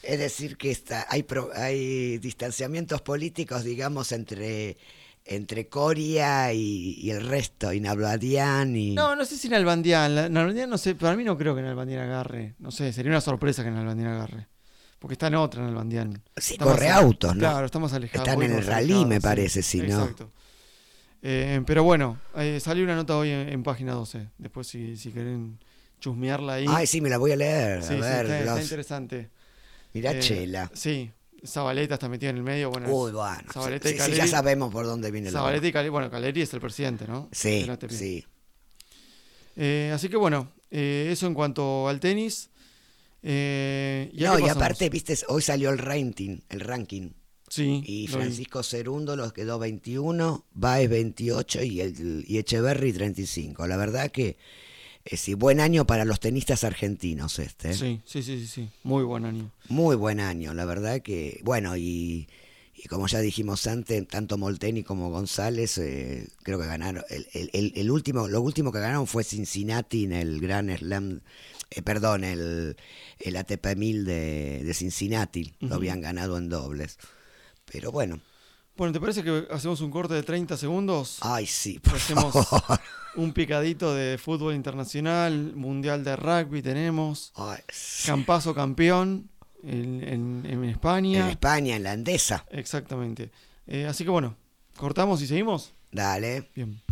Speaker 4: Es decir, que está, hay, pro- hay distanciamientos políticos, digamos, entre, entre Coria y, y el resto, y Nabladian y...
Speaker 3: No, no sé si Nalbandián. la- Nalbandián no sé, para mí no creo que Nalbandián agarre. No sé, sería una sorpresa que Nalbandián agarre. Porque está en otra Nalbandián.
Speaker 4: Sí,
Speaker 3: Está más
Speaker 4: corre
Speaker 3: ale-
Speaker 4: autos, ¿no?
Speaker 3: Claro, estamos alejados.
Speaker 4: Están en el rally, me parece, si no.
Speaker 3: Exacto. Eh, pero bueno, eh, salió una nota hoy en, en página 12. Después, si, si quieren chusmearla ahí.
Speaker 4: Ay, sí, me la voy a leer.
Speaker 3: Sí, sí,
Speaker 4: a ver,
Speaker 3: está, está
Speaker 4: los-
Speaker 3: interesante.
Speaker 4: mirá
Speaker 3: Eh,
Speaker 4: Chela.
Speaker 3: Sí, Zabaleta está metido en el medio. Bueno,
Speaker 4: Uy,
Speaker 3: es-
Speaker 4: bueno.
Speaker 3: Zabaleta y
Speaker 4: sí, sí,
Speaker 3: Caleri.
Speaker 4: ya sabemos por dónde viene el
Speaker 3: Zabaleta y Caleri. Bueno, Caleri es el presidente, ¿no?
Speaker 4: Sí,
Speaker 3: De la ATP.
Speaker 4: sí.
Speaker 3: Eh, así que bueno, eh, eso en cuanto al tenis. Eh, ¿y a
Speaker 4: No, y
Speaker 3: qué pasamos?
Speaker 4: aparte, viste, hoy salió el ranking, el ranking.
Speaker 3: Sí,
Speaker 4: Y
Speaker 3: lo vi.
Speaker 4: Francisco Cerundo los quedó 21, Baez 28 y, el, y Echeverry 35. La verdad que eh, sí, buen año para los tenistas argentinos este. ¿eh?
Speaker 3: Sí, sí, sí, sí, sí. Muy buen año.
Speaker 4: Muy buen año, la verdad que, bueno, y, y como ya dijimos antes, tanto Molteni como González eh, creo que ganaron. El, el- el- el último, lo último que ganaron fue Cincinnati en el Gran Slam, eh, perdón, el, el ATP 1000 de, de Cincinnati, lo habían ganado en dobles. Pero bueno,
Speaker 3: Bueno, ¿te parece que hacemos un corte de 30 segundos?
Speaker 4: ay sí, por
Speaker 3: Hacemos-
Speaker 4: favor.
Speaker 3: Un picadito de fútbol internacional, mundial de rugby tenemos,
Speaker 4: Ay, sí.
Speaker 3: Campazo campeón en, en-
Speaker 4: en
Speaker 3: en España.
Speaker 4: España, en la Andesa.
Speaker 3: Exactamente. Eh, así que bueno, ¿cortamos y seguimos?
Speaker 4: Dale.
Speaker 3: Bien.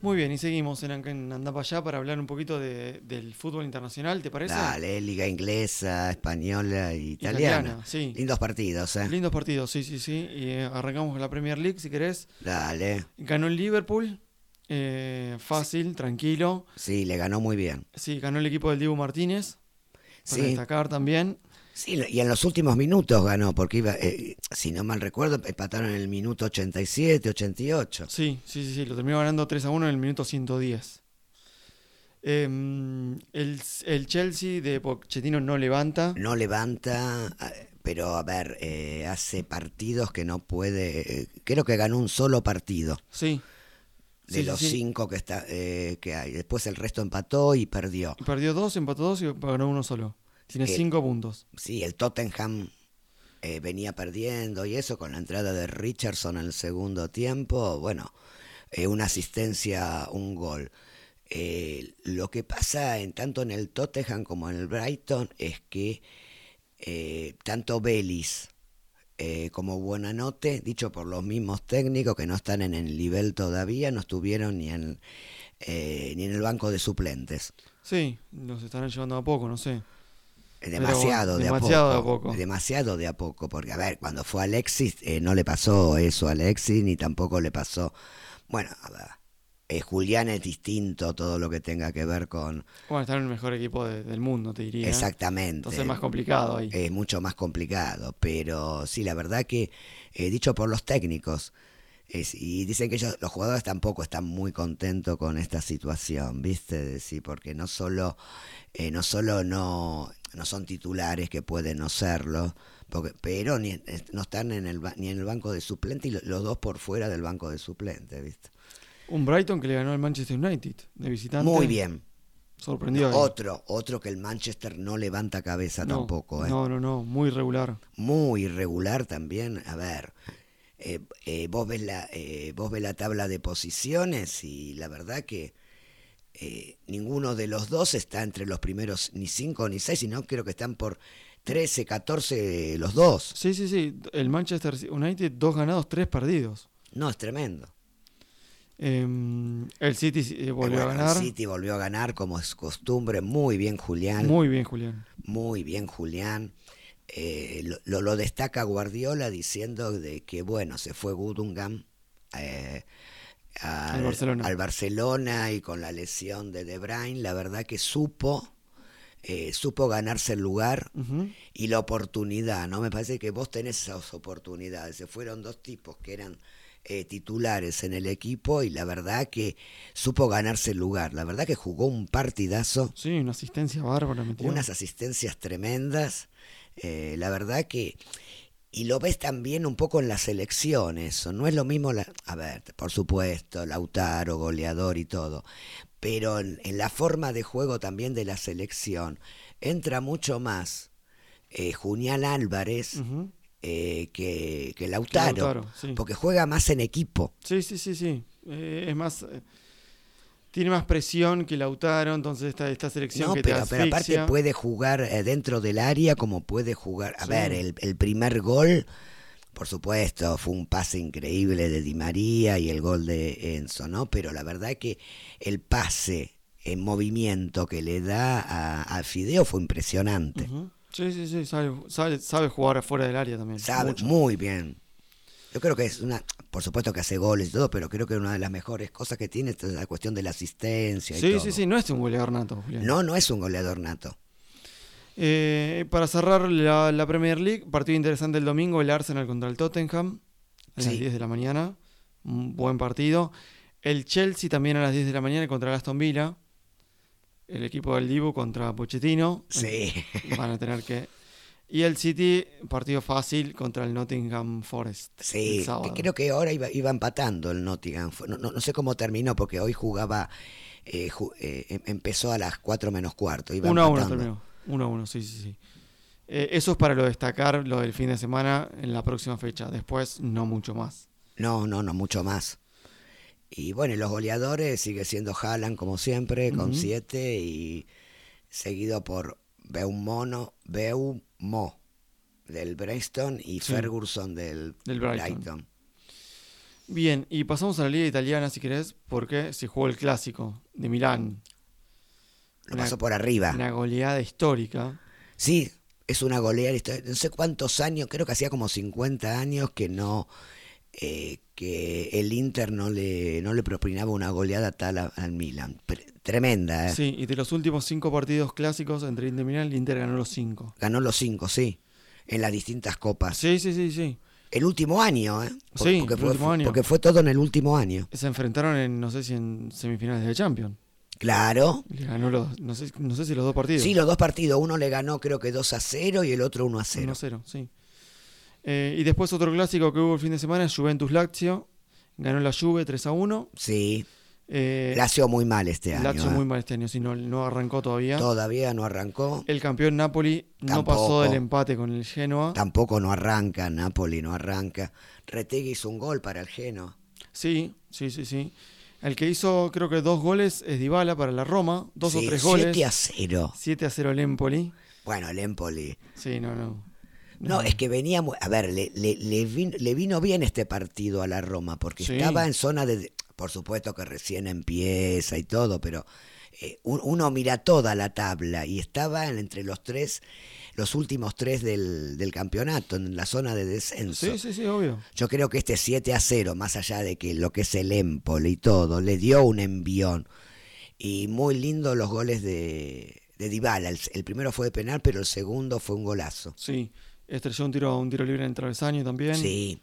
Speaker 3: Muy bien, y seguimos en, en Anda pa' allá para hablar un poquito de- del fútbol internacional, ¿te parece?
Speaker 4: Dale, liga inglesa, española e italiana.
Speaker 3: Italiana, sí.
Speaker 4: Lindos partidos, ¿eh?
Speaker 3: Lindos partidos, sí, sí, sí. Y eh, arrancamos con la Premier League, si querés.
Speaker 4: Dale.
Speaker 3: Ganó el Liverpool, eh, fácil, tranquilo.
Speaker 4: Sí, le ganó muy bien.
Speaker 3: Sí, ganó el equipo del Dibu Martínez,
Speaker 4: Sí.
Speaker 3: para destacar también.
Speaker 4: Sí, lo- y en los últimos minutos ganó, porque iba, eh, si no mal recuerdo, empataron en el minuto 87, 88.
Speaker 3: Sí, sí, sí, sí, lo terminó ganando 3 a 1 en el minuto 110. Em, el, el Chelsea de Pochettino no levanta.
Speaker 4: No levanta, a- pero a ver, eh, hace partidos que no puede. eh, creo que ganó un solo partido
Speaker 3: Sí.
Speaker 4: de
Speaker 3: Sí, sí,
Speaker 4: los
Speaker 3: sí.
Speaker 4: cinco que, está, eh, que hay. Después el resto empató y perdió.
Speaker 3: Y Perdió dos, empató dos y ganó uno solo. Tiene
Speaker 4: Eh,
Speaker 3: cinco puntos.
Speaker 4: Sí, el Tottenham eh, venía perdiendo y eso con la entrada de Richardson en el segundo tiempo, bueno, eh, una asistencia, un gol. Eh, lo que pasa en tanto en el Tottenham como en el Brighton es que eh, tanto Belis eh, como Buenanote, dicho por los mismos técnicos que no están en el nivel todavía, no estuvieron ni en, eh, ni en el banco de suplentes.
Speaker 3: Sí, los estarán llevando a poco, no sé.
Speaker 4: Eh,
Speaker 3: Pero
Speaker 4: Demasiado, de,
Speaker 3: demasiado de
Speaker 4: a
Speaker 3: a
Speaker 4: poco,
Speaker 3: poco.
Speaker 4: Demasiado de a poco, porque a ver, cuando fue Alexis, eh, no le pasó eso a Alexis, ni tampoco le pasó. Bueno, a ver, eh, Julián es distinto todo lo que tenga que ver con.
Speaker 3: Bueno, están en el mejor equipo de- del mundo, te diría.
Speaker 4: Exactamente. Eh.
Speaker 3: ¿eh? Entonces es más complicado ahí.
Speaker 4: Es mucho más complicado, pero sí, la verdad que, eh, dicho por los técnicos, es- y dicen que ellos, los jugadores tampoco están muy contentos con esta situación, ¿viste? Sí, porque no solo, eh, no, solo no, no son titulares que pueden no serlo, porque, pero ni, eh, no están en el, ba- ni en el banco de suplente y lo- los dos por fuera del banco de suplente, ¿viste?
Speaker 3: Un Brighton que le ganó al Manchester United de visitante.
Speaker 4: Muy bien,
Speaker 3: Sorprendió. ahí.
Speaker 4: Otro, otro que el Manchester no levanta cabeza
Speaker 3: No,
Speaker 4: tampoco. ¿eh?
Speaker 3: No, no, no, muy regular.
Speaker 4: muy irregular también. A ver, eh, eh, vos, ves la, eh, vos ves la tabla de posiciones y la verdad que eh, ninguno de los dos está entre los primeros ni cinco ni seis, sino creo que están por 13, 14 los dos.
Speaker 3: Sí, sí, sí. El Manchester United, dos ganados, tres perdidos.
Speaker 4: No, es tremendo.
Speaker 3: Eh, el City eh, volvió
Speaker 4: Eh,
Speaker 3: a
Speaker 4: bueno,
Speaker 3: ganar.
Speaker 4: el City volvió a ganar como es costumbre, muy bien Julián.
Speaker 3: Muy bien, Julián.
Speaker 4: Muy bien, Julián. Eh, lo- lo, lo destaca Guardiola diciendo de que, bueno, se fue Gudungan
Speaker 3: Al Barcelona.
Speaker 4: al Barcelona y con la lesión de De Bruyne, la verdad que supo, eh, supo ganarse el lugar
Speaker 3: Ujú.
Speaker 4: y la oportunidad, ¿no? Me parece que vos tenés esas oportunidades. Se fueron dos tipos que eran eh, titulares en el equipo y la verdad que supo ganarse el lugar. La verdad que jugó un partidazo
Speaker 3: Sí, una asistencia bárbara metió.
Speaker 4: unas asistencias tremendas. eh, la verdad que. Y lo ves también un poco en las elecciones. No es lo mismo. la- a ver, por supuesto, Lautaro, goleador y todo. Pero en, en la forma de juego también de la selección entra mucho más eh, Junial Álvarez
Speaker 3: Ujú.
Speaker 4: eh, que, que Lautaro.
Speaker 3: Lautaro, sí.
Speaker 4: Porque juega más en equipo.
Speaker 3: Sí, sí, sí, sí. Eh, es más. eh, tiene más presión que Lautaro, entonces esta, esta selección
Speaker 4: No,
Speaker 3: que te
Speaker 4: pero, pero
Speaker 3: asfixia.
Speaker 4: aparte puede jugar eh, dentro del área como puede jugar. A
Speaker 3: Sí.
Speaker 4: ver, el, el primer gol, por supuesto, fue un pase increíble de Di María y el gol de Enzo, ¿no? Pero la verdad que el pase en movimiento que le da a, a Fideo fue impresionante.
Speaker 3: Ujú. Sí, sí, sí. Sabe, sabe- sabe jugar afuera del área también.
Speaker 4: Sabe
Speaker 3: Mucho.
Speaker 4: muy bien. Yo creo que es una, por supuesto que hace goles y todo, pero creo que una de las mejores cosas que tiene es la cuestión de la asistencia. Y
Speaker 3: Sí,
Speaker 4: todo.
Speaker 3: sí, sí. No es un goleador nato, Julián.
Speaker 4: No, no es un goleador nato.
Speaker 3: Eh, para cerrar la, la Premier League, partido interesante el domingo, el Arsenal contra el Tottenham a las
Speaker 4: Sí.
Speaker 3: 10 de la mañana. Un buen partido. El Chelsea también a las 10 de la mañana contra el Aston Villa. El equipo del Dibu contra Pochettino.
Speaker 4: Sí.
Speaker 3: Van a tener que. Y el City, partido fácil contra el Nottingham Forest.
Speaker 4: Sí,
Speaker 3: el sábado.
Speaker 4: creo que ahora iba, iba empatando el Nottingham. Fue- No, no- no sé cómo terminó, porque hoy jugaba, eh, ju- eh, em- empezó a las 4 menos cuarto. Iba
Speaker 3: 1 a 1
Speaker 4: empatando.
Speaker 3: terminó. 1 a 1, sí, sí, sí. Eh, eso es para lo destacar, lo del fin de semana en la próxima fecha. Después, no mucho más.
Speaker 4: No, no, no, mucho más. Y bueno, y los goleadores sigue siendo Haaland, como siempre, con 7 y seguido por Beumono, Beumo del Brexton y
Speaker 3: Sí.
Speaker 4: Ferguson del,
Speaker 3: Del Brighton.
Speaker 4: Brighton.
Speaker 3: Bien, y pasamos a la liga italiana si querés, porque se jugó el clásico de Milán.
Speaker 4: Lo
Speaker 3: Una-
Speaker 4: pasó por arriba.
Speaker 3: Una goleada histórica.
Speaker 4: Sí, es una goleada histórica. No sé cuántos años, creo que hacía como 50 años que no eh, que el Inter no le no le propinaba una goleada tal a- al Milan. Pre- tremenda, ¿eh?
Speaker 3: Sí, y de los últimos cinco partidos clásicos entre Inter y Milán, el Inter ganó los cinco.
Speaker 4: Ganó los cinco, sí, en las distintas copas.
Speaker 3: Sí, sí, sí, sí.
Speaker 4: El último año, ¿eh?
Speaker 3: Sí,
Speaker 4: porque
Speaker 3: el
Speaker 4: fue,
Speaker 3: último año.
Speaker 4: porque fue todo en el último año.
Speaker 3: Se enfrentaron en, no sé si en semifinales de Champions.
Speaker 4: Claro.
Speaker 3: Le ganó los, no sé, no sé si los dos partidos.
Speaker 4: Sí, los dos partidos, uno le ganó creo que 2 a 0 y el otro 1 a 0.
Speaker 3: 1-0, sí. Eh, y después otro clásico que hubo el fin de semana, Juventus-Lazio. Ganó la Juve 3 a 1.
Speaker 4: Sí,
Speaker 3: Eh,
Speaker 4: Lazio muy mal este año.
Speaker 3: Lazio
Speaker 4: ¿eh?
Speaker 3: muy mal este año, si no, no arrancó todavía.
Speaker 4: Todavía no arrancó.
Speaker 3: El campeón Napoli no
Speaker 4: Tampoco.
Speaker 3: pasó del empate con el Genoa.
Speaker 4: Tampoco no arranca, Napoli no arranca. Retegui hizo un gol para el Genoa.
Speaker 3: Sí, sí, sí, sí. El que hizo creo que dos goles es Dybala para la Roma, dos
Speaker 4: Sí,
Speaker 3: o tres
Speaker 4: 7 a
Speaker 3: goles.
Speaker 4: 0.
Speaker 3: 7 a 0 el Empoli.
Speaker 4: Bueno, el Empoli.
Speaker 3: Sí, no, no.
Speaker 4: No, es que venía. mu- A ver, le, le- le vin- le vino bien este partido a la Roma, porque
Speaker 3: Sí.
Speaker 4: estaba en zona de. Por supuesto que recién empieza y todo, pero eh, un- uno mira toda la tabla y estaba en- entre los tres, los últimos tres del, del campeonato, en la zona de descenso.
Speaker 3: Sí, sí, sí, obvio.
Speaker 4: Yo creo que este 7 a 0, más allá de que lo que es el Empoli y todo, le dio un envión. Y muy lindo los goles de, de Dybala. El, el primero fue de penal, pero el segundo fue un golazo.
Speaker 3: Sí, estrelló un tiro, un tiro libre en el travesaño también.
Speaker 4: Sí,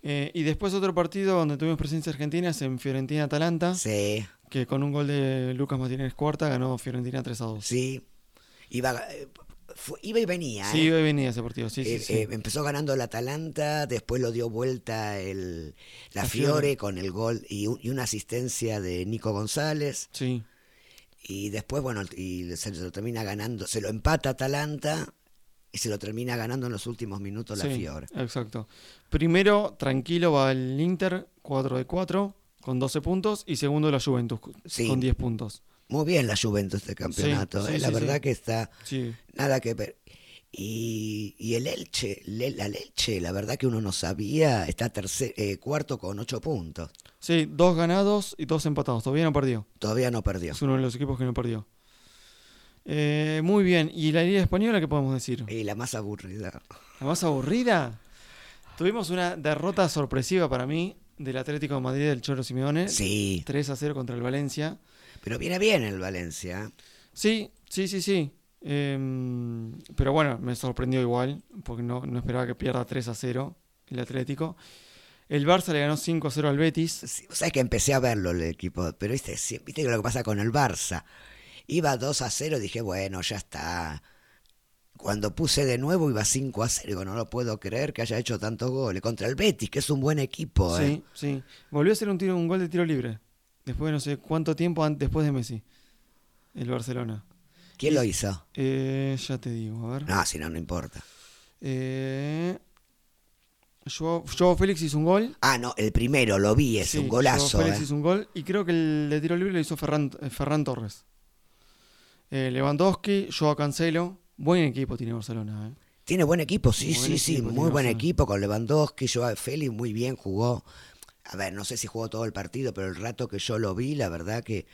Speaker 3: Eh, y después otro partido donde tuvimos presencia argentina es en Fiorentina-Atalanta,
Speaker 4: sí,
Speaker 3: que con un gol de Lucas Martínez Cuarta ganó Fiorentina 3 a 2. Sí,
Speaker 4: sí. Iba, eh, fue- iba y venía. ¿eh?
Speaker 3: hoy venía ese partido, sí, sí,
Speaker 4: Eh,
Speaker 3: sí.
Speaker 4: eh, empezó ganando el Atalanta, después lo dio vuelta el, la
Speaker 3: La
Speaker 4: Fiore
Speaker 3: Fiore.
Speaker 4: con el gol y, un- y una asistencia de Nico González.
Speaker 3: Sí.
Speaker 4: Y después, bueno, y se lo termina ganando, se lo empata Atalanta y se lo termina ganando en los últimos minutos la
Speaker 3: Sí,
Speaker 4: Fiore.
Speaker 3: Exacto. Primero, tranquilo, va el Inter, 4 de 4, con 12 puntos. Y segundo, la Juventus, cu-
Speaker 4: Sí.
Speaker 3: con 10 puntos.
Speaker 4: Muy bien la Juventus de campeonato,
Speaker 3: sí,
Speaker 4: eh, la
Speaker 3: sí,
Speaker 4: verdad
Speaker 3: sí.
Speaker 4: que está
Speaker 3: Sí.
Speaker 4: nada que ver. Y, y el Elche, le- la Elche, la verdad que uno no sabía, está tercer, eh, cuarto con ocho puntos.
Speaker 3: Sí, dos ganados y dos empatados. Todavía no perdió.
Speaker 4: Todavía no perdió.
Speaker 3: Es uno de los equipos que no perdió. Eh, muy bien. ¿Y la Liga Española qué podemos decir?
Speaker 4: Y la más aburrida.
Speaker 3: ¿La más aburrida? Tuvimos una derrota sorpresiva para mí del Atlético de Madrid del Cholo Simeone.
Speaker 4: Sí,
Speaker 3: 3 a 0 contra el Valencia.
Speaker 4: pero viene bien el Valencia. ¿eh?
Speaker 3: Sí, sí, sí, sí. Em, pero bueno, me sorprendió igual, porque no, no esperaba que pierda 3 a 0 el Atlético. El Barça le ganó 5 a 0 al Betis.
Speaker 4: Sí, o sea que empecé a verlo el equipo, pero viste, sí, viste lo que pasa con el Barça. Iba 2 a 0, dije, bueno, ya está. Cuando puse de nuevo iba 5 a 0, digo, no lo puedo creer que haya hecho tantos goles contra el Betis, que es un buen equipo. ¿eh?
Speaker 3: Sí, sí. Volvió a hacer un, tiro, un gol de tiro libre. Después de no sé cuánto tiempo an- después de Messi. El Barcelona.
Speaker 4: ¿Quién lo hizo?
Speaker 3: Eh, ya te digo, a ver.
Speaker 4: No, si no, no importa.
Speaker 3: Eh, Joao, Joao Félix hizo un gol.
Speaker 4: Ah, no, el primero lo vi, es
Speaker 3: Sí,
Speaker 4: un
Speaker 3: Joao
Speaker 4: golazo.
Speaker 3: Félix
Speaker 4: ¿eh?
Speaker 3: hizo un gol y creo que el de tiro libre lo hizo Ferran, eh, Ferran Torres. Eh, Lewandowski, Joao Cancelo. Buen equipo tiene Barcelona. eh.
Speaker 4: Tiene buen equipo, sí,
Speaker 3: Buen
Speaker 4: sí, sí,
Speaker 3: equipo,
Speaker 4: muy
Speaker 3: tiene
Speaker 4: buen
Speaker 3: razón.
Speaker 4: equipo con Lewandowski, Joao Félix, muy bien jugó. A ver, no sé si jugó todo el partido, pero el rato que yo lo vi, la verdad que...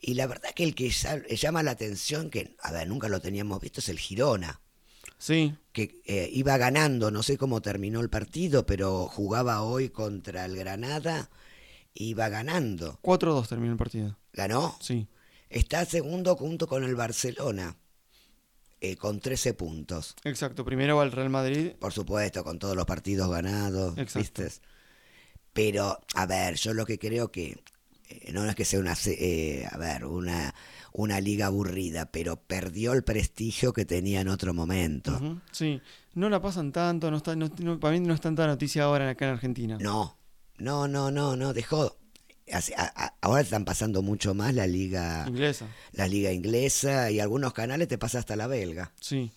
Speaker 4: Y la verdad que el que ya- llama la atención, que, a ver, nunca lo teníamos visto, es el Girona,
Speaker 3: Sí,
Speaker 4: que eh, iba ganando, no sé cómo terminó el partido, pero jugaba hoy contra el Granada, iba ganando.
Speaker 3: 4-2 terminó el partido.
Speaker 4: ¿Ganó?
Speaker 3: Sí.
Speaker 4: Está segundo junto con el Barcelona, eh, con 13 puntos.
Speaker 3: Exacto, primero va el Real Madrid.
Speaker 4: Por supuesto, con todos los partidos ganados,
Speaker 3: Exacto.
Speaker 4: ¿viste? Pero, a ver, yo lo que creo que eh, no es que sea una, se- eh, a ver, una, una liga aburrida, pero perdió el prestigio que tenía en otro momento.
Speaker 3: Ujú, Sí, no la pasan tanto, no está, no, no- para mí no es tanta noticia ahora acá en Argentina.
Speaker 4: No, no, no, no, no, dejó. Hace- a- a- ahora están pasando mucho más la liga,
Speaker 3: Inglesa,
Speaker 4: la liga inglesa y algunos canales te pasa hasta la belga.
Speaker 3: sí.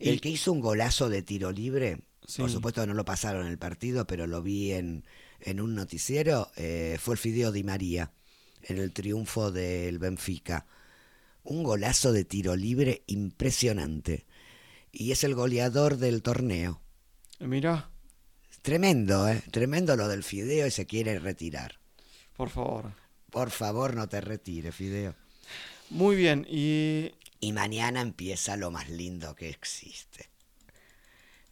Speaker 4: El
Speaker 3: Y-
Speaker 4: que hizo un golazo de tiro libre,
Speaker 3: Sí.
Speaker 4: por supuesto no lo pasaron en el partido, pero lo vi en, en un noticiero, eh, fue el Fideo Di María, en el triunfo del Benfica. Un golazo de tiro libre impresionante. Y es el goleador del torneo.
Speaker 3: Eh, Mirá,
Speaker 4: Tremendo, ¿eh? Tremendo lo del Fideo y se quiere retirar.
Speaker 3: por favor.
Speaker 4: Por favor, no te retires, Fideo.
Speaker 3: Muy bien, y
Speaker 4: Y mañana empieza lo más lindo que existe.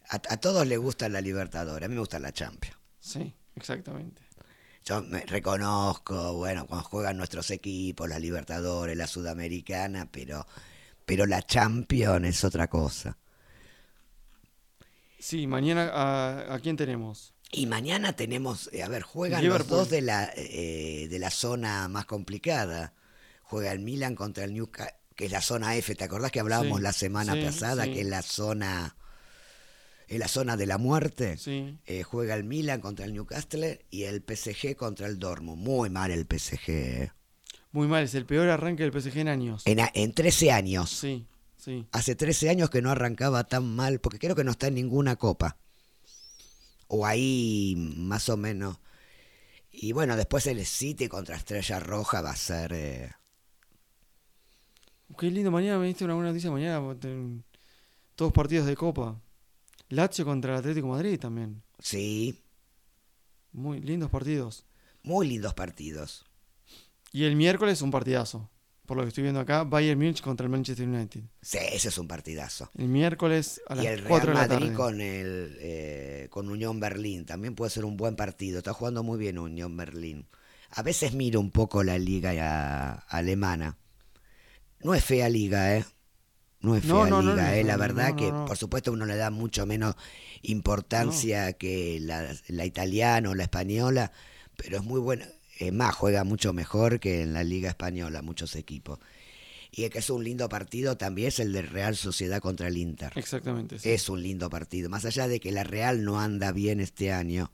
Speaker 4: A, a todos les gusta la Libertadores, a mí me gusta la Champions.
Speaker 3: sí, exactamente.
Speaker 4: Yo me reconozco, bueno, cuando juegan nuestros equipos, la Libertadores, la Sudamericana, pero, pero la Champions es otra cosa.
Speaker 3: Sí, mañana a, a quién tenemos.
Speaker 4: Y mañana tenemos, eh, a ver, juegan
Speaker 3: Liverpool.
Speaker 4: los dos de la, eh, de la zona más complicada. Juega el Milan contra el Newcastle, que es la zona F. ¿Te acordás que hablábamos
Speaker 3: Sí,
Speaker 4: la semana
Speaker 3: sí,
Speaker 4: pasada
Speaker 3: sí.
Speaker 4: que es la zona, es la zona de la muerte?
Speaker 3: Sí,
Speaker 4: Eh, juega el Milan contra el Newcastle y el PSG contra el Dortmund. Muy mal el PSG. eh.
Speaker 3: muy mal, es el peor arranque del PSG en años.
Speaker 4: En, a- en 13 años.
Speaker 3: Sí, sí,
Speaker 4: Hace 13 años que no arrancaba tan mal, porque creo que no está en ninguna copa. O ahí, más o menos. Y bueno, después el City contra Estrella Roja va a ser... eh,
Speaker 3: Qué lindo, mañana me diste una buena noticia, mañana va a tener todos partidos de Copa. Lazio contra el Atlético de Madrid también.
Speaker 4: sí,
Speaker 3: Muy lindos partidos.
Speaker 4: muy lindos partidos.
Speaker 3: Y el miércoles un partidazo. Por lo que estoy viendo acá, Bayern Munich contra el Manchester United.
Speaker 4: Sí, ese es un partidazo.
Speaker 3: El miércoles a las
Speaker 4: Y el Real
Speaker 3: 4 de la
Speaker 4: Madrid
Speaker 3: tarde.
Speaker 4: con, el, eh, con Unión Berlín también puede ser un buen partido. Está jugando muy bien Unión Berlín. A veces miro un poco la liga ah, alemana. No es fea liga, ¿eh? No es fea
Speaker 3: No, no, no,
Speaker 4: liga,
Speaker 3: no,
Speaker 4: ¿eh?
Speaker 3: no,
Speaker 4: La
Speaker 3: no,
Speaker 4: verdad
Speaker 3: no,
Speaker 4: que,
Speaker 3: no.
Speaker 4: por supuesto, uno le da mucho menos importancia que la, la italiana o la española, pero es muy buena. Es más, juega mucho mejor que en la liga española, muchos equipos. Y el que es un lindo partido también es el del Real Sociedad contra el Inter.
Speaker 3: Exactamente. sí.
Speaker 4: Es un lindo partido. Más allá de que la Real no anda bien este año,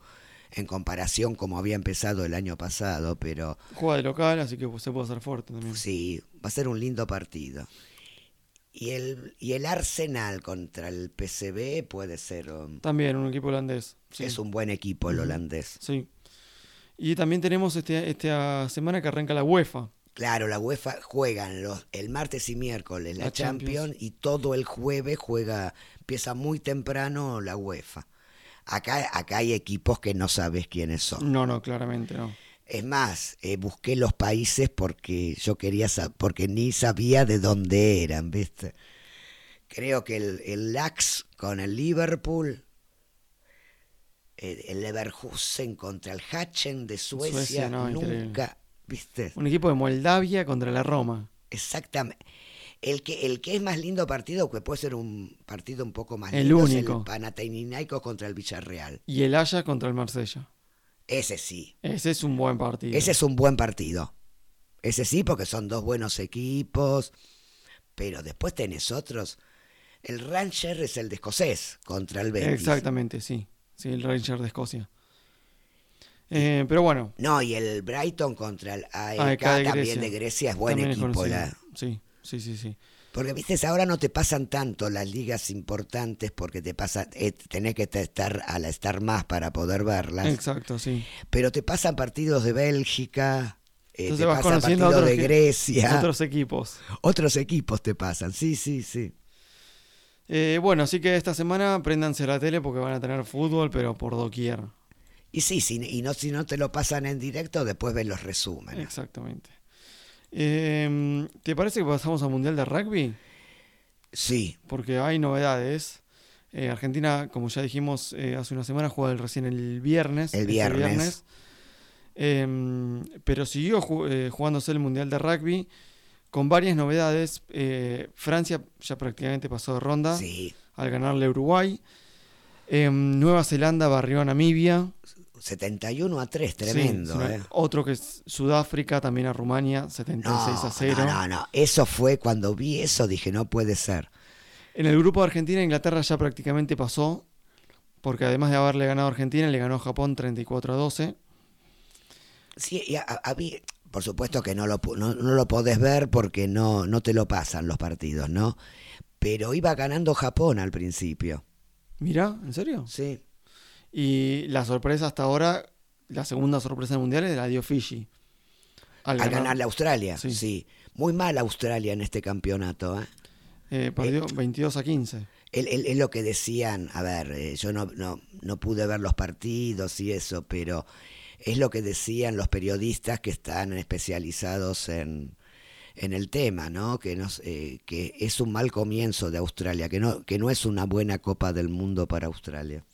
Speaker 4: en comparación como había empezado el año pasado, pero
Speaker 3: Juega de local, así que se puede hacer fuerte también.
Speaker 4: sí, va a ser un lindo partido. Y el, y el Arsenal contra el PCB puede ser, um,
Speaker 3: También un equipo holandés. sí.
Speaker 4: es un buen equipo el holandés.
Speaker 3: Sí. Y también tenemos este, esta semana que arranca la UEFA.
Speaker 4: Claro, la UEFA juegan los, el martes y miércoles la,
Speaker 3: La
Speaker 4: Champions.
Speaker 3: Champions.
Speaker 4: y todo el jueves juega, empieza muy temprano la UEFA. Acá, acá hay equipos que no sabes quiénes son.
Speaker 3: No, no, claramente no.
Speaker 4: Es más, eh, busqué los países porque yo quería sa- porque ni sabía de dónde eran, ¿viste? Creo que el, el Ajax con el Liverpool, eh, el Leverkusen contra el Hachen de Suecia,
Speaker 3: Suecia, no, increíble.
Speaker 4: nunca, ¿viste?
Speaker 3: Un equipo de Moldavia contra la Roma.
Speaker 4: Exactamente. El que, el que es más lindo partido, que puede ser un partido un poco más
Speaker 3: El
Speaker 4: lindo, es el
Speaker 3: único.
Speaker 4: Panathinaikos contra el Villarreal.
Speaker 3: Y el Ajax contra el Marsella.
Speaker 4: Ese sí.
Speaker 3: Ese es un buen partido.
Speaker 4: Ese es un buen partido. Ese sí, porque son dos buenos equipos. Pero después tenés otros. El Ranger es el de escocés contra el Betis.
Speaker 3: Exactamente, sí. Sí, el Ranger de Escocia. Eh, pero bueno.
Speaker 4: No, y el Brighton contra el AEK,
Speaker 3: AEK E de
Speaker 4: también
Speaker 3: Grecia.
Speaker 4: de Grecia es buen
Speaker 3: también es
Speaker 4: equipo.
Speaker 3: conocido.
Speaker 4: la-
Speaker 3: Sí, sí, sí, sí.
Speaker 4: Porque, viste, ahora no te pasan tanto las ligas importantes porque te pasa, eh, tenés que estar a la estar más para poder verlas.
Speaker 3: Exacto, sí.
Speaker 4: Pero te pasan partidos de Bélgica, eh, te
Speaker 3: Entonces vas
Speaker 4: pasan
Speaker 3: conociendo
Speaker 4: partidos
Speaker 3: otros,
Speaker 4: de
Speaker 3: que-
Speaker 4: Grecia, otros...
Speaker 3: otros equipos.
Speaker 4: equipos te pasan. Sí, sí, sí.
Speaker 3: Eh, bueno, así que esta semana préndanse la tele porque van a tener fútbol, pero por doquier.
Speaker 4: Y sí, si, y no, si no te lo pasan en directo, después ves los resúmenes.
Speaker 3: Exactamente. Eh, ¿Te parece que pasamos al Mundial de Rugby? Eh.
Speaker 4: Sí,
Speaker 3: Porque hay novedades. Eh, Argentina, como ya dijimos eh, hace una semana, juega el- recién el viernes.
Speaker 4: El
Speaker 3: este
Speaker 4: viernes.
Speaker 3: Eh, pero siguió ju- eh, jugándose el Mundial de Rugby con varias novedades. Eh, Francia ya prácticamente pasó de ronda
Speaker 4: sí.
Speaker 3: al ganarle a Uruguay. Eh, Nueva Zelanda barrió a Namibia.
Speaker 4: 71 a 3,
Speaker 3: Sí,
Speaker 4: tremendo.
Speaker 3: sino-
Speaker 4: eh.
Speaker 3: Otro que es Sudáfrica, también a Rumania, 76
Speaker 4: No,
Speaker 3: a 0.
Speaker 4: no, no, no. Eso fue cuando vi eso, dije, no puede ser.
Speaker 3: En el grupo de Argentina, Inglaterra ya prácticamente pasó, porque además de haberle ganado a Argentina, le ganó a Japón 34 a 12.
Speaker 4: Sí, y a- a- habí- por supuesto que no lo, pu- no, no lo podés ver porque no, no te lo pasan los partidos, ¿no? Pero iba ganando Japón al principio.
Speaker 3: Mirá, ¿en serio?
Speaker 4: Sí.
Speaker 3: Y la sorpresa hasta ahora, la segunda sorpresa del mundial, la dio Fiji. Al
Speaker 4: Al ganar la Australia, sí.
Speaker 3: Sí.
Speaker 4: Muy mal Australia en este campeonato, ¿eh?
Speaker 3: eh, perdió 22 a 15.
Speaker 4: Es lo que decían, a ver, eh, yo no, no, no pude ver los partidos y eso, pero es lo que decían los periodistas que están especializados en, en el tema, ¿no? Que, nos, eh, que es un mal comienzo de Australia, que no, que no es una buena Copa del Mundo para Australia.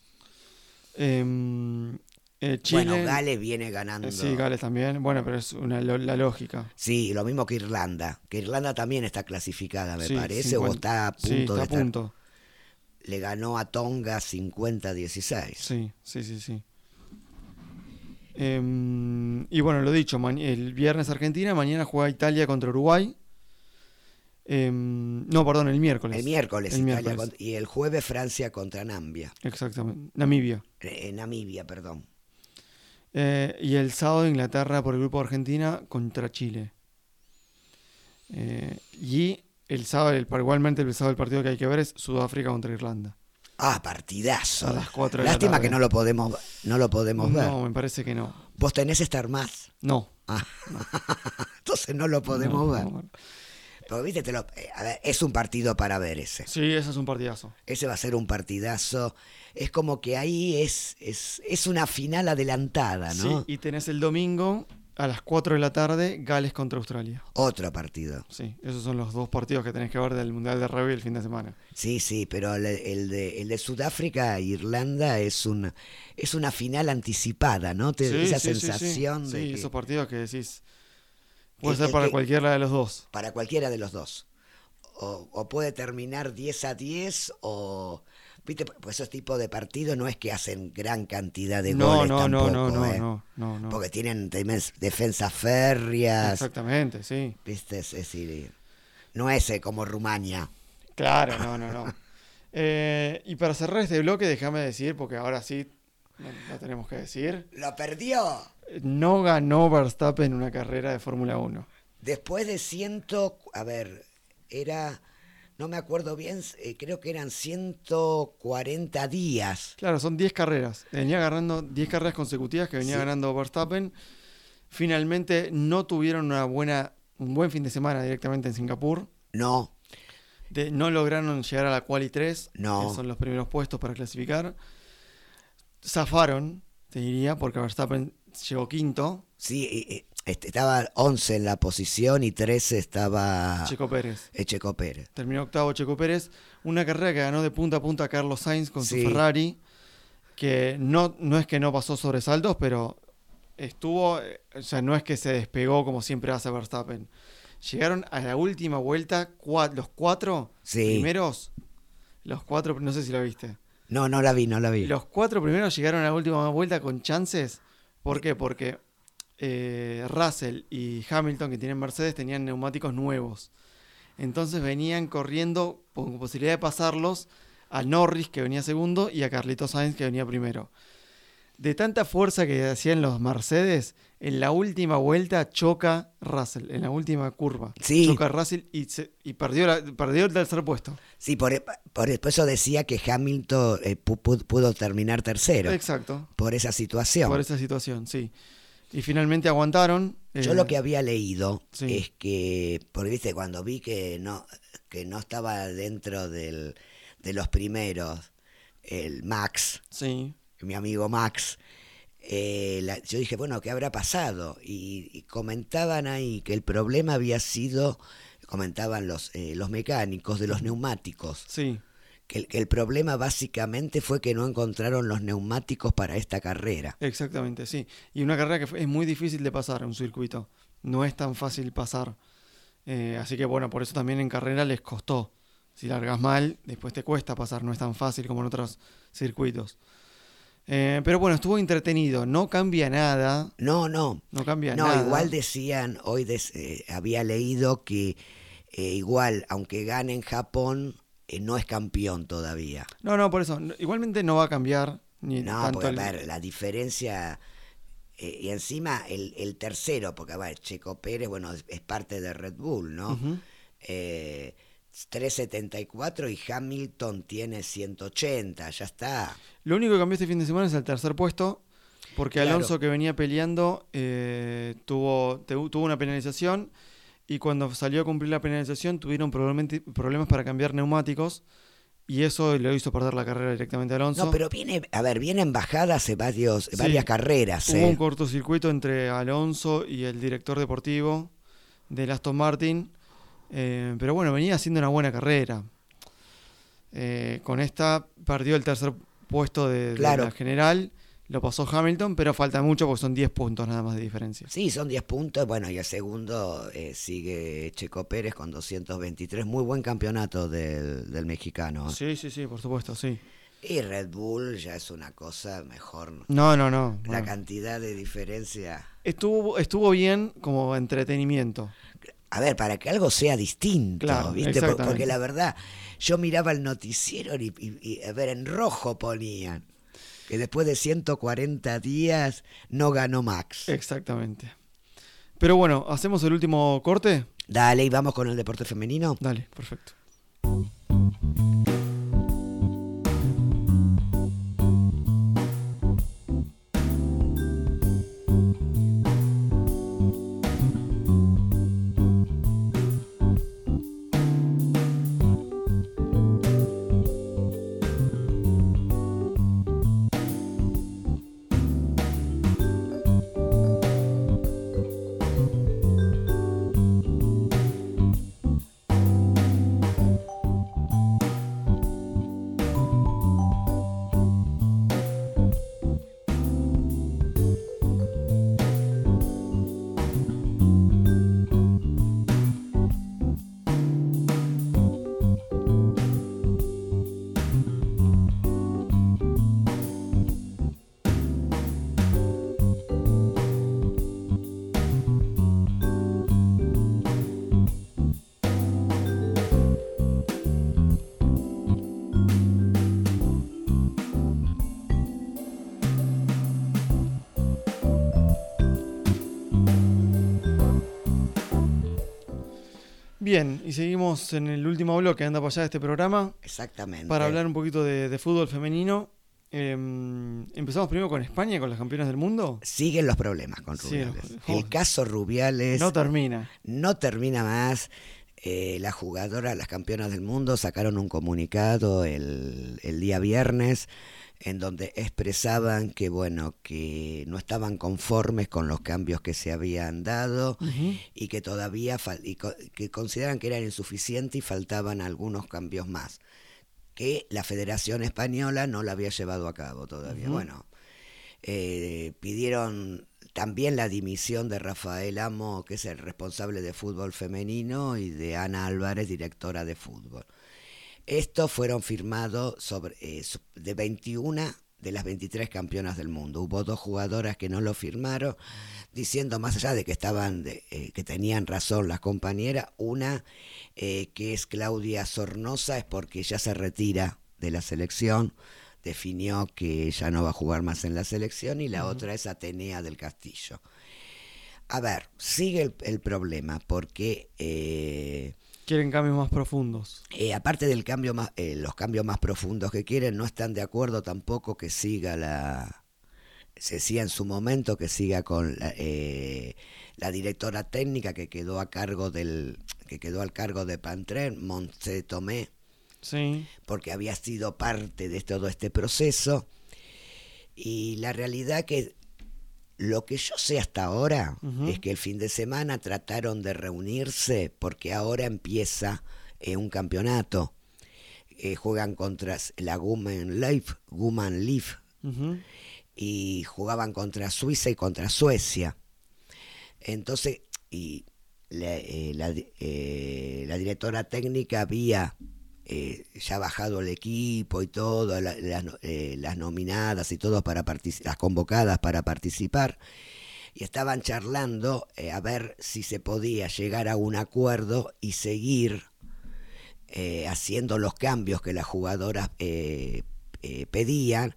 Speaker 3: Em, eh, Chile.
Speaker 4: Bueno, Gales viene ganando.
Speaker 3: eh, sí, Gales también. Bueno, pero es una, lo- la lógica.
Speaker 4: Sí, lo mismo que Irlanda, que Irlanda también está clasificada, Ah, me
Speaker 3: Sí,
Speaker 4: parece, o
Speaker 3: 50
Speaker 4: está a punto
Speaker 3: sí, está
Speaker 4: de
Speaker 3: a
Speaker 4: estar.
Speaker 3: punto.
Speaker 4: Le ganó a Tonga 50-16.
Speaker 3: Sí, sí, sí, sí. Em, y bueno, lo dicho, ma- el viernes Argentina, mañana juega Italia contra Uruguay. Em, no, perdón, el miércoles.
Speaker 4: El miércoles,
Speaker 3: El
Speaker 4: Italia
Speaker 3: miércoles.
Speaker 4: contra- y el jueves Francia contra Nambia,
Speaker 3: Exactamente, Namibia.
Speaker 4: eh, eh, Namibia, perdón.
Speaker 3: Eh, y el sábado Inglaterra por el grupo de Argentina contra Chile. Eh, y el sábado, el, par- igualmente el sábado el partido que hay que ver es Sudáfrica contra Irlanda.
Speaker 4: Ah, partidazo.
Speaker 3: A las cuatro de la
Speaker 4: Lástima
Speaker 3: tarde.
Speaker 4: que no lo podemos, no lo podemos
Speaker 3: No,
Speaker 4: ver.
Speaker 3: me parece que no.
Speaker 4: Vos tenés Star más,
Speaker 3: No.
Speaker 4: entonces no lo podemos
Speaker 3: No,
Speaker 4: ver.
Speaker 3: no, no.
Speaker 4: Porque viste, te lo- eh, a ver, es un partido para ver ese.
Speaker 3: Sí, ese es un partidazo.
Speaker 4: Ese va a ser un partidazo. Es como que ahí es, es, es una final adelantada, Ah, ¿no?
Speaker 3: Sí, y tenés el domingo a las 4 de la tarde, Gales contra Australia.
Speaker 4: Otro partido.
Speaker 3: Sí, esos son los dos partidos que tenés que ver del Mundial de Rugby el fin de semana.
Speaker 4: Sí, sí, pero el, el de, el de Sudáfrica e Irlanda es una, es una final anticipada, ¿no? Te,
Speaker 3: sí,
Speaker 4: esa
Speaker 3: sí, sí, sí.
Speaker 4: sensación
Speaker 3: Sí,
Speaker 4: de que Eh,
Speaker 3: esos partidos que decís. Puede
Speaker 4: El-
Speaker 3: ser
Speaker 4: el
Speaker 3: para
Speaker 4: que-
Speaker 3: cualquiera de los dos.
Speaker 4: para cualquiera de los dos. O, o puede terminar 10 a 10 o... Viste, pues esos tipos de partidos no es que hacen gran cantidad de
Speaker 3: No,
Speaker 4: goles
Speaker 3: no,
Speaker 4: tampoco,
Speaker 3: no, no, no,
Speaker 4: ¿eh?
Speaker 3: no, no, no.
Speaker 4: Porque tienen temes- defensas férreas,
Speaker 3: Exactamente, sí.
Speaker 4: viste, es decir, no es eh, como Rumania.
Speaker 3: Claro, no, no, no. Eh, y para cerrar este bloque, déjame decir, porque ahora sí no, no tenemos que decir.
Speaker 4: Lo perdió.
Speaker 3: No ganó Verstappen una carrera de Fórmula 1.
Speaker 4: Después de ciento, a ver, era, no me acuerdo bien, eh, creo que eran 140 días.
Speaker 3: Claro, son 10 carreras. Venía ganando 10 carreras consecutivas que venía
Speaker 4: Sí.
Speaker 3: ganando Verstappen. Finalmente no tuvieron una buena, un buen fin de semana directamente en Singapur.
Speaker 4: No,
Speaker 3: De- no lograron llegar a la quali 3.
Speaker 4: No.
Speaker 3: que son los primeros puestos para clasificar. Zafaron, te diría, porque Verstappen llegó quinto.
Speaker 4: sí, eh, eh, este, estaba 11 en la posición y 13 estaba
Speaker 3: Checo Pérez.
Speaker 4: Echeco Pérez.
Speaker 3: Terminó octavo Checo Pérez. Una carrera que ganó de punta a punta a Carlos Sainz con
Speaker 4: Sí.
Speaker 3: su Ferrari. Que no, no es que no pasó sobresaltos, pero estuvo. eh, O sea, no es que se despegó como siempre hace Verstappen. Llegaron a la última vuelta, cua- los cuatro
Speaker 4: Sí.
Speaker 3: primeros. Los cuatro, no sé si lo viste.
Speaker 4: No, no la vi, no la vi.
Speaker 3: Los cuatro primeros llegaron a la última vuelta con chances. ¿Por qué? Porque eh, Russell y Hamilton, que tienen Mercedes, tenían neumáticos nuevos. Entonces venían corriendo con posibilidad de pasarlos a Norris, que venía segundo, y a Carlito Sainz, que venía primero. De tanta fuerza que hacían los Mercedes, en la última vuelta choca Russell, en la última curva.
Speaker 4: Sí.
Speaker 3: Choca Russell y, se- y perdió, la- perdió el tercer puesto.
Speaker 4: Sí, por, por eso decía que Hamilton eh, pu- pu- pudo terminar tercero
Speaker 3: Exacto.
Speaker 4: por esa situación.
Speaker 3: Por esa situación, sí. Y finalmente aguantaron.
Speaker 4: Yo
Speaker 3: eh,
Speaker 4: lo que había leído
Speaker 3: sí.
Speaker 4: es que, porque viste, cuando vi que no, que no estaba dentro del, de los primeros, el Max,
Speaker 3: Sí,
Speaker 4: mi amigo Max, eh, la- yo dije, bueno, ¿qué habrá pasado? Y, y comentaban ahí que el problema había sido, comentaban los, eh, los mecánicos de los neumáticos,
Speaker 3: sí.
Speaker 4: que el, que el problema básicamente fue que no encontraron los neumáticos para esta carrera.
Speaker 3: Exactamente, sí. Y una carrera que fue- es muy difícil de pasar, un circuito. No es tan fácil pasar. Eh, así que bueno, por eso también en carrera les costó. Si largas mal, después te cuesta pasar, no es tan fácil como en otros circuitos. Eh, pero bueno, estuvo entretenido, no cambia nada.
Speaker 4: No, no,
Speaker 3: No cambia
Speaker 4: No,
Speaker 3: nada.
Speaker 4: igual decían, hoy des- eh, había leído que eh, igual, aunque gane en Japón, eh, no es campeón todavía.
Speaker 3: No, no, por eso. no- Igualmente no va a cambiar ni
Speaker 4: No,
Speaker 3: tanto
Speaker 4: porque a
Speaker 3: el-
Speaker 4: ver, la diferencia... eh, y encima el, el tercero, porque a ver, Checo Pérez, bueno, es, es parte de Red Bull, ¿no?
Speaker 3: Ujú.
Speaker 4: Eh, 374 y Hamilton tiene 180, ya está.
Speaker 3: Lo único que cambió este fin de semana es el tercer puesto, porque
Speaker 4: Claro.
Speaker 3: Alonso que venía peleando eh, tuvo, te- tuvo una penalización y cuando salió a cumplir la penalización tuvieron probablemente problemas para cambiar neumáticos y eso le hizo perder la carrera directamente a Alonso.
Speaker 4: No, pero viene, a ver, viene en bajada hace varios,
Speaker 3: Sí.
Speaker 4: varias carreras,
Speaker 3: Hubo
Speaker 4: ¿eh?
Speaker 3: un cortocircuito entre Alonso y el director deportivo de Aston Martin, eh, pero bueno, venía haciendo una buena carrera. Eh, con esta perdió el tercer puesto de, de
Speaker 4: Claro.
Speaker 3: la general, lo pasó Hamilton, pero falta mucho porque son 10 puntos nada más de diferencia.
Speaker 4: Sí, son 10 puntos. Bueno, y el segundo eh, sigue Checo Pérez con 223. Muy buen campeonato del, del mexicano. ¿eh?
Speaker 3: Sí, sí, sí, por supuesto, sí.
Speaker 4: Y Red Bull ya es una cosa mejor. ¿no?
Speaker 3: No, no, no.
Speaker 4: La
Speaker 3: bueno.
Speaker 4: cantidad de diferencia.
Speaker 3: Estuvo, estuvo bien como entretenimiento.
Speaker 4: A ver, para que algo sea distinto,
Speaker 3: Claro,
Speaker 4: ¿viste? Por-
Speaker 3: exactamente.
Speaker 4: porque la verdad, yo miraba el noticiero y, y- y, a ver, en rojo ponían que después de 140 días no ganó Max.
Speaker 3: Eh. Exactamente. Pero bueno, ¿hacemos el último corte?
Speaker 4: Dale, y vamos con el deporte femenino.
Speaker 3: Dale, perfecto. Bien, y seguimos en el último bloque, anda para allá de este programa,
Speaker 4: Exactamente.
Speaker 3: para hablar un poquito de, de fútbol femenino. Eh, empezamos primero con España, con las campeonas del mundo.
Speaker 4: Siguen los problemas con
Speaker 3: Sí,
Speaker 4: Rubiales.
Speaker 3: joder.
Speaker 4: El caso Rubiales
Speaker 3: No termina.
Speaker 4: no termina más. Eh, las jugadoras, las campeonas del mundo, sacaron un comunicado el, el día viernes en donde expresaban que, bueno, que no estaban conformes con los cambios que se habían dado y que todavía fal- y co- que consideran que eran insuficientes y faltaban algunos cambios más que la Federación Española no la había llevado a cabo todavía. Bueno, eh, pidieron también la dimisión de Rafael Amo, que es el responsable de fútbol femenino, y de Ana Álvarez, directora de fútbol. Estos fueron firmados sobre, eh, su- de 21 de las 23 campeonas del mundo. Hubo dos jugadoras que no lo firmaron, diciendo más allá de que estaban de- eh, que tenían razón las compañeras, una eh, que es Claudia Sornosa es porque ya se retira de la selección, definió que ya no va a jugar más en la selección y la otra es Atenea del Castillo. A ver, sigue el, el problema porque eh,
Speaker 3: Quieren cambios más profundos.
Speaker 4: eh, aparte del cambio más, eh, los cambios más profundos que quieren, no están de acuerdo tampoco que siga la se decía en su momento que siga con la, eh, la directora técnica que quedó a cargo del que quedó al cargo de Pantren, Montse Tomé,
Speaker 3: Sí.
Speaker 4: porque había sido parte de todo este proceso. Y la realidad que lo que yo sé hasta ahora
Speaker 3: Ujú.
Speaker 4: es que el fin de semana trataron de reunirse porque ahora empieza eh, un campeonato. Eh, juegan contra la Guman Life, Guman Leaf,
Speaker 3: Ujú.
Speaker 4: y jugaban contra Suiza y contra Suecia. Entonces, y la, eh, la di- eh, la directora técnica había eh, ya bajado el equipo y todo, la- las no- eh, las nominadas y todo para partici- las convocadas para participar. Y estaban charlando eh, a ver si se podía llegar a un acuerdo y seguir eh, haciendo los cambios que las jugadoras eh, eh, pedían,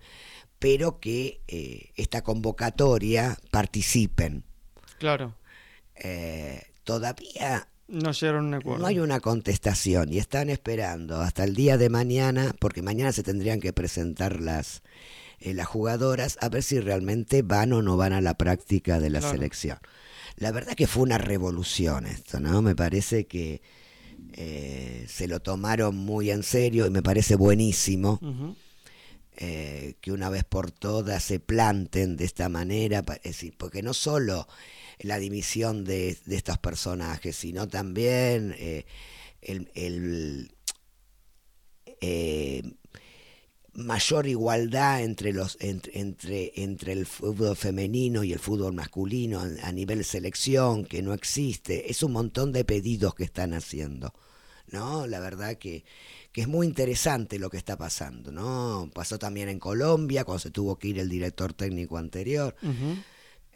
Speaker 4: pero que eh, esta convocatoria participen.
Speaker 3: Claro.
Speaker 4: Eh, todavía
Speaker 3: No llegaron a un acuerdo.
Speaker 4: no hay una contestación y están esperando hasta el día de mañana, porque mañana se tendrían que presentar las, eh, las jugadoras a ver si realmente van o no van a la práctica de la
Speaker 3: Claro.
Speaker 4: selección. La verdad que fue una revolución esto, ¿no? Me parece que eh, se lo tomaron muy en serio y me parece buenísimo
Speaker 3: Ujú.
Speaker 4: eh, que una vez por todas se planten de esta manera, pa- es decir, porque no solo la dimisión de, de estos personajes, sino también eh, el, el, eh, mayor igualdad entre los entre, entre, entre el fútbol femenino y el fútbol masculino a- a nivel selección que no existe es un montón de pedidos que están haciendo no la verdad que, que es muy interesante lo que está pasando no pasó también en Colombia cuando se tuvo que ir el director técnico anterior
Speaker 3: Ujú.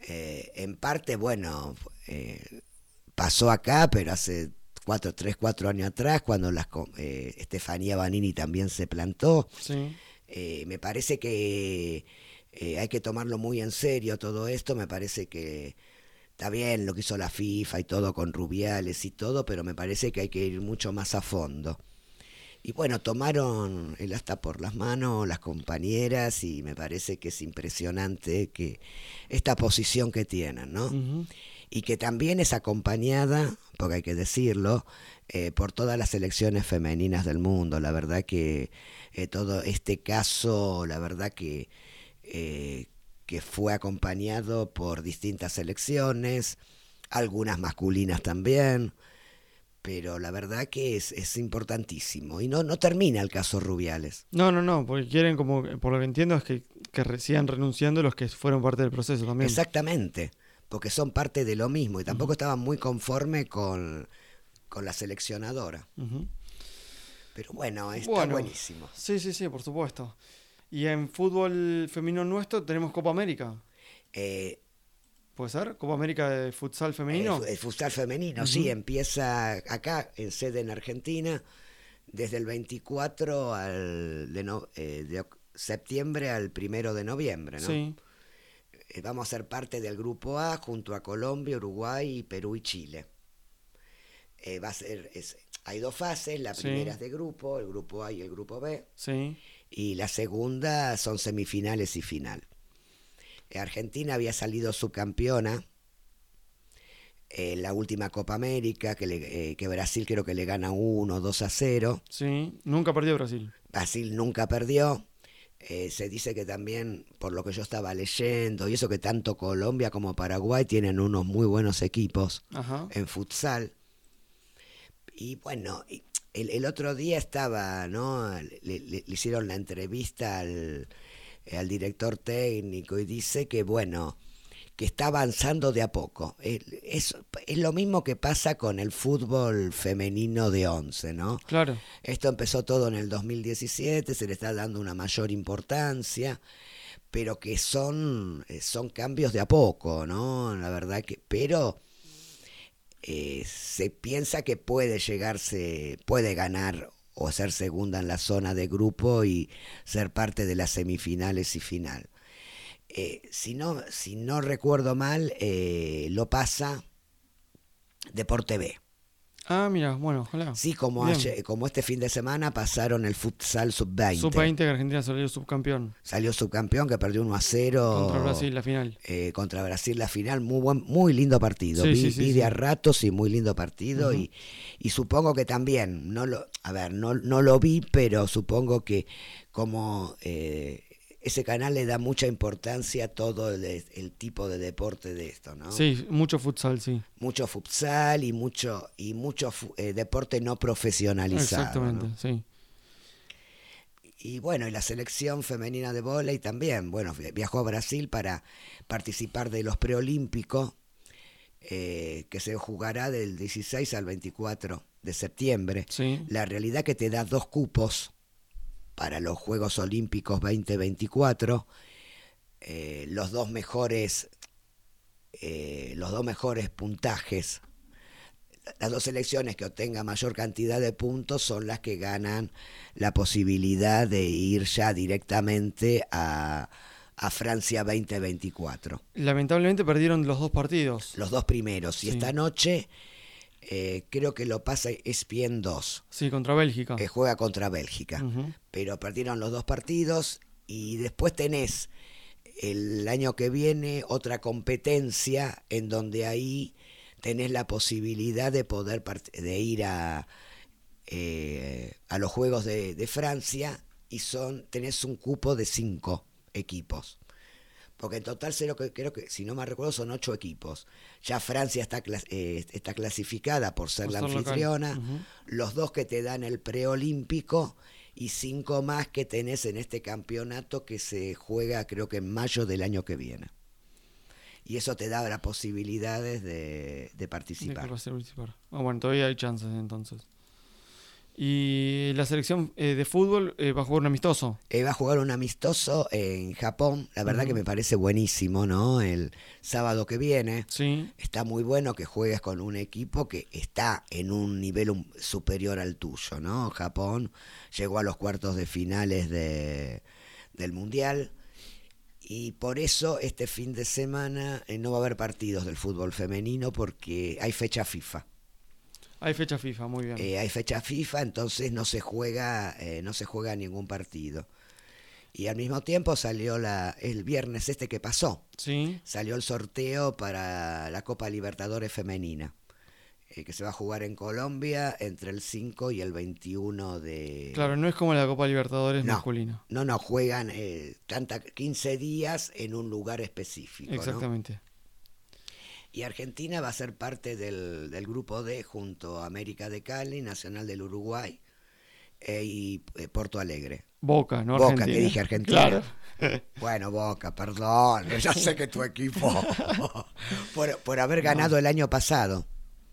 Speaker 4: eh, en parte, bueno, eh, pasó acá, pero hace cuatro, tres, cuatro años atrás, cuando las, co- eh, Estefanía Banini también se plantó.
Speaker 3: Sí.
Speaker 4: Eh, me parece que eh, hay que tomarlo muy en serio todo esto. Me parece que está bien lo que hizo la FIFA y todo con Rubiales y todo, pero me parece que hay que ir mucho más a fondo. Y bueno, tomaron el hasta por las manos las compañeras y me parece que es impresionante que esta posición que tienen, ¿no?
Speaker 3: Ujú.
Speaker 4: y que también es acompañada, porque hay que decirlo, eh, por todas las selecciones femeninas del mundo. La verdad que eh, todo este caso, la verdad que, eh, que fue acompañado por distintas selecciones, algunas masculinas también. Pero la verdad que es, es importantísimo. Y no, no termina el caso Rubiales.
Speaker 3: No, no, no, porque quieren, como por lo que entiendo, es que, que re- sigan renunciando los que fueron parte del proceso también.
Speaker 4: Exactamente, porque son parte de lo mismo. Y tampoco estaban muy conforme con, con la seleccionadora.
Speaker 3: Ujú.
Speaker 4: Pero bueno, está
Speaker 3: Bueno.
Speaker 4: buenísimo.
Speaker 3: Sí, sí, sí, por supuesto. Y en fútbol femenino nuestro tenemos Copa América.
Speaker 4: Eh,
Speaker 3: ¿Puede ser? Copa América de futsal femenino.
Speaker 4: El, fu- el futsal femenino, sí, empieza acá, en sede en Argentina, desde el 24 al de, no- eh, de oc- septiembre al primero de noviembre, ¿no?
Speaker 3: Sí.
Speaker 4: Eh, Vamos a ser parte del grupo A junto a Colombia, Uruguay, Perú y Chile. eh, va a ser, es- hay dos fases, la
Speaker 3: Sí.
Speaker 4: primera es de grupo, el grupo A y el grupo B,
Speaker 3: Sí.
Speaker 4: y la segunda son semifinales y final. Eh, Argentina había salido subcampeona en la última Copa América, que, le- eh, que Brasil creo que le gana 1, 2 a 0.
Speaker 3: Sí. Nunca perdió Brasil.
Speaker 4: Brasil nunca perdió. Eh, se dice que también, por lo que yo estaba leyendo, y eso que tanto Colombia como Paraguay tienen unos muy buenos equipos
Speaker 3: Ajá.
Speaker 4: en futsal. Y bueno, y el, el otro día estaba, ¿no? Le, le- le hicieron la entrevista al, al director técnico y dice que, bueno, que está avanzando de a poco. El- Es, es lo mismo que pasa con el fútbol femenino de 11, ¿no?
Speaker 3: Claro.
Speaker 4: Esto empezó todo en el 2017, se le está dando una mayor importancia, pero que son, eh, son cambios de a poco, ¿no? La verdad que, pero eh, se piensa que puede llegarse, puede ganar o ser segunda en la zona de grupo y ser parte de las semifinales y final. Eh, si, no, si no recuerdo mal, eh, lo pasa Deporte B.
Speaker 3: Ah, mira, bueno, ojalá.
Speaker 4: Sí, como,
Speaker 3: Bien.
Speaker 4: ayer- como este fin de semana pasaron el futsal sub-20.
Speaker 3: Sub-20 que Argentina salió subcampeón
Speaker 4: Salió subcampeón que perdió 1 a 0
Speaker 3: contra Brasil, la final.
Speaker 4: eh, contra Brasil la final. Muy buen, muy lindo partido.
Speaker 3: Sí,
Speaker 4: vi
Speaker 3: sí, sí,
Speaker 4: vi
Speaker 3: sí.
Speaker 4: de a ratos y muy lindo partido. y, y supongo que también, no lo, a ver, no, no lo vi, pero supongo que como eh, ese canal le da mucha importancia a todo el, el tipo de deporte de esto, ¿no?
Speaker 3: Sí, mucho futsal, sí.
Speaker 4: Mucho futsal y mucho, y mucho fu- eh, deporte no profesionalizado. ¿no?
Speaker 3: Exactamente, sí.
Speaker 4: Y bueno, y la selección femenina de vóley también, bueno, vi- viajó a Brasil para participar de los preolímpicos eh, que se jugará del 16 al 24 de septiembre.
Speaker 3: Sí.
Speaker 4: La realidad que te da dos cupos para los Juegos Olímpicos 2024. eh, los dos mejores eh, los dos mejores puntajes las dos selecciones que obtengan mayor cantidad de puntos son las que ganan la posibilidad de ir ya directamente a, a Francia 2024.
Speaker 3: Lamentablemente perdieron los dos partidos.
Speaker 4: Los dos primeros. Y
Speaker 3: Sí.
Speaker 4: esta noche eh, creo que lo pasa ESPN 2,
Speaker 3: Sí, contra Bélgica.
Speaker 4: que juega contra Bélgica.
Speaker 3: Ah. Ujú.
Speaker 4: Pero perdieron los dos partidos y después tenés el año que viene otra competencia en donde ahí tenés la posibilidad de poder part- de ir a, eh, a los Juegos de, de Francia y son tenés un cupo de cinco equipos. Porque en total creo que, creo que si no me recuerdo, son ocho equipos. Ya Francia está, clas- eh, está clasificada por ser
Speaker 3: Por
Speaker 4: la
Speaker 3: ser local.
Speaker 4: anfitriona,
Speaker 3: Ujú.
Speaker 4: los dos que te dan el preolímpico y cinco más que tenés en este campeonato que se juega creo que en mayo del año que viene. Y eso te da las posibilidades de, de
Speaker 3: Sí, que
Speaker 4: participar.
Speaker 3: va a ser participar. Ah, bueno, todavía hay chances entonces. Y la selección eh, de fútbol eh, va a jugar un amistoso.
Speaker 4: Eh, va a jugar un amistoso en Japón, la verdad que me parece buenísimo, ¿no? El sábado que viene.
Speaker 3: Sí,
Speaker 4: Está muy bueno que juegues con un equipo que está en un nivel un- superior al tuyo, ¿no? Japón llegó a los cuartos de finales de- del Mundial y por eso este fin de semana eh, no va a haber partidos del fútbol femenino porque hay fecha FIFA.
Speaker 3: hay fecha FIFA, muy bien.
Speaker 4: Eh, hay fecha FIFA, entonces no se juega, eh, no se juega ningún partido. Y al mismo tiempo salió la, el viernes este que pasó,
Speaker 3: sí,
Speaker 4: salió el sorteo para la Copa Libertadores Femenina, eh, que se va a jugar en Colombia entre el 5 y el 21 de...
Speaker 3: claro, no es como la Copa Libertadores
Speaker 4: Eh, No.
Speaker 3: masculina.
Speaker 4: No, no, juegan eh, tanta, 15 días en un lugar específico. ¿no?
Speaker 3: Exactamente.
Speaker 4: Y Argentina va a ser parte del, del grupo D junto a América de Cali, Nacional del Uruguay eh, y eh, Porto Alegre.
Speaker 3: Boca, no
Speaker 4: Boca,
Speaker 3: Argentina.
Speaker 4: que dije Argentina.
Speaker 3: Claro.
Speaker 4: Bueno, Boca, perdón, ya sé que tu equipo, por, por haber ganado el año pasado.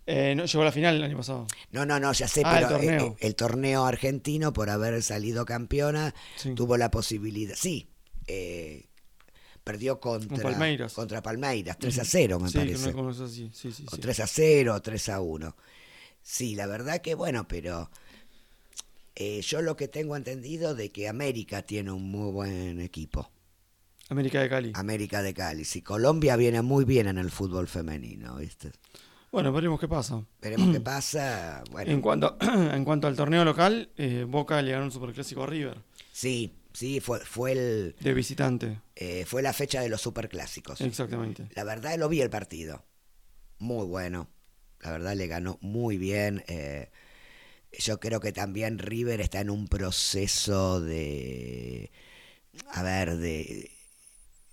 Speaker 3: Eh, no, llegó a la final el año pasado.
Speaker 4: No, no, no, ya sé,
Speaker 3: Ah, el
Speaker 4: pero eh, eh, el
Speaker 3: torneo.
Speaker 4: torneo. argentino, por haber salido campeona,
Speaker 3: Sí.
Speaker 4: tuvo la posibilidad. Sí, eh, perdió contra
Speaker 3: Palmeiras.
Speaker 4: contra Palmeiras, 3 a 0, me
Speaker 3: sí, que
Speaker 4: parece.
Speaker 3: no conoces así. Sí, sí,
Speaker 4: O
Speaker 3: sí.
Speaker 4: 3 a 0, o 3 a 1. Sí, la verdad que bueno, pero eh, yo lo que tengo entendido de que América tiene un muy buen equipo.
Speaker 3: América de Cali.
Speaker 4: Ah. América de Cali. Sí, Colombia viene muy bien en el fútbol femenino, ¿viste?
Speaker 3: Bueno, veremos qué pasa.
Speaker 4: Veremos qué pasa. Bueno,
Speaker 3: En cuanto, en cuanto al torneo local, eh, Boca le ganó un superclásico a River,
Speaker 4: sí, sí, fue, fue, el,
Speaker 3: de visitante.
Speaker 4: eh, fue la fecha de los superclásicos.
Speaker 3: Exactamente.
Speaker 4: La verdad lo vi el partido. Muy bueno. La verdad le ganó muy bien. eh, yo creo que también River está en un proceso de... A ver, de,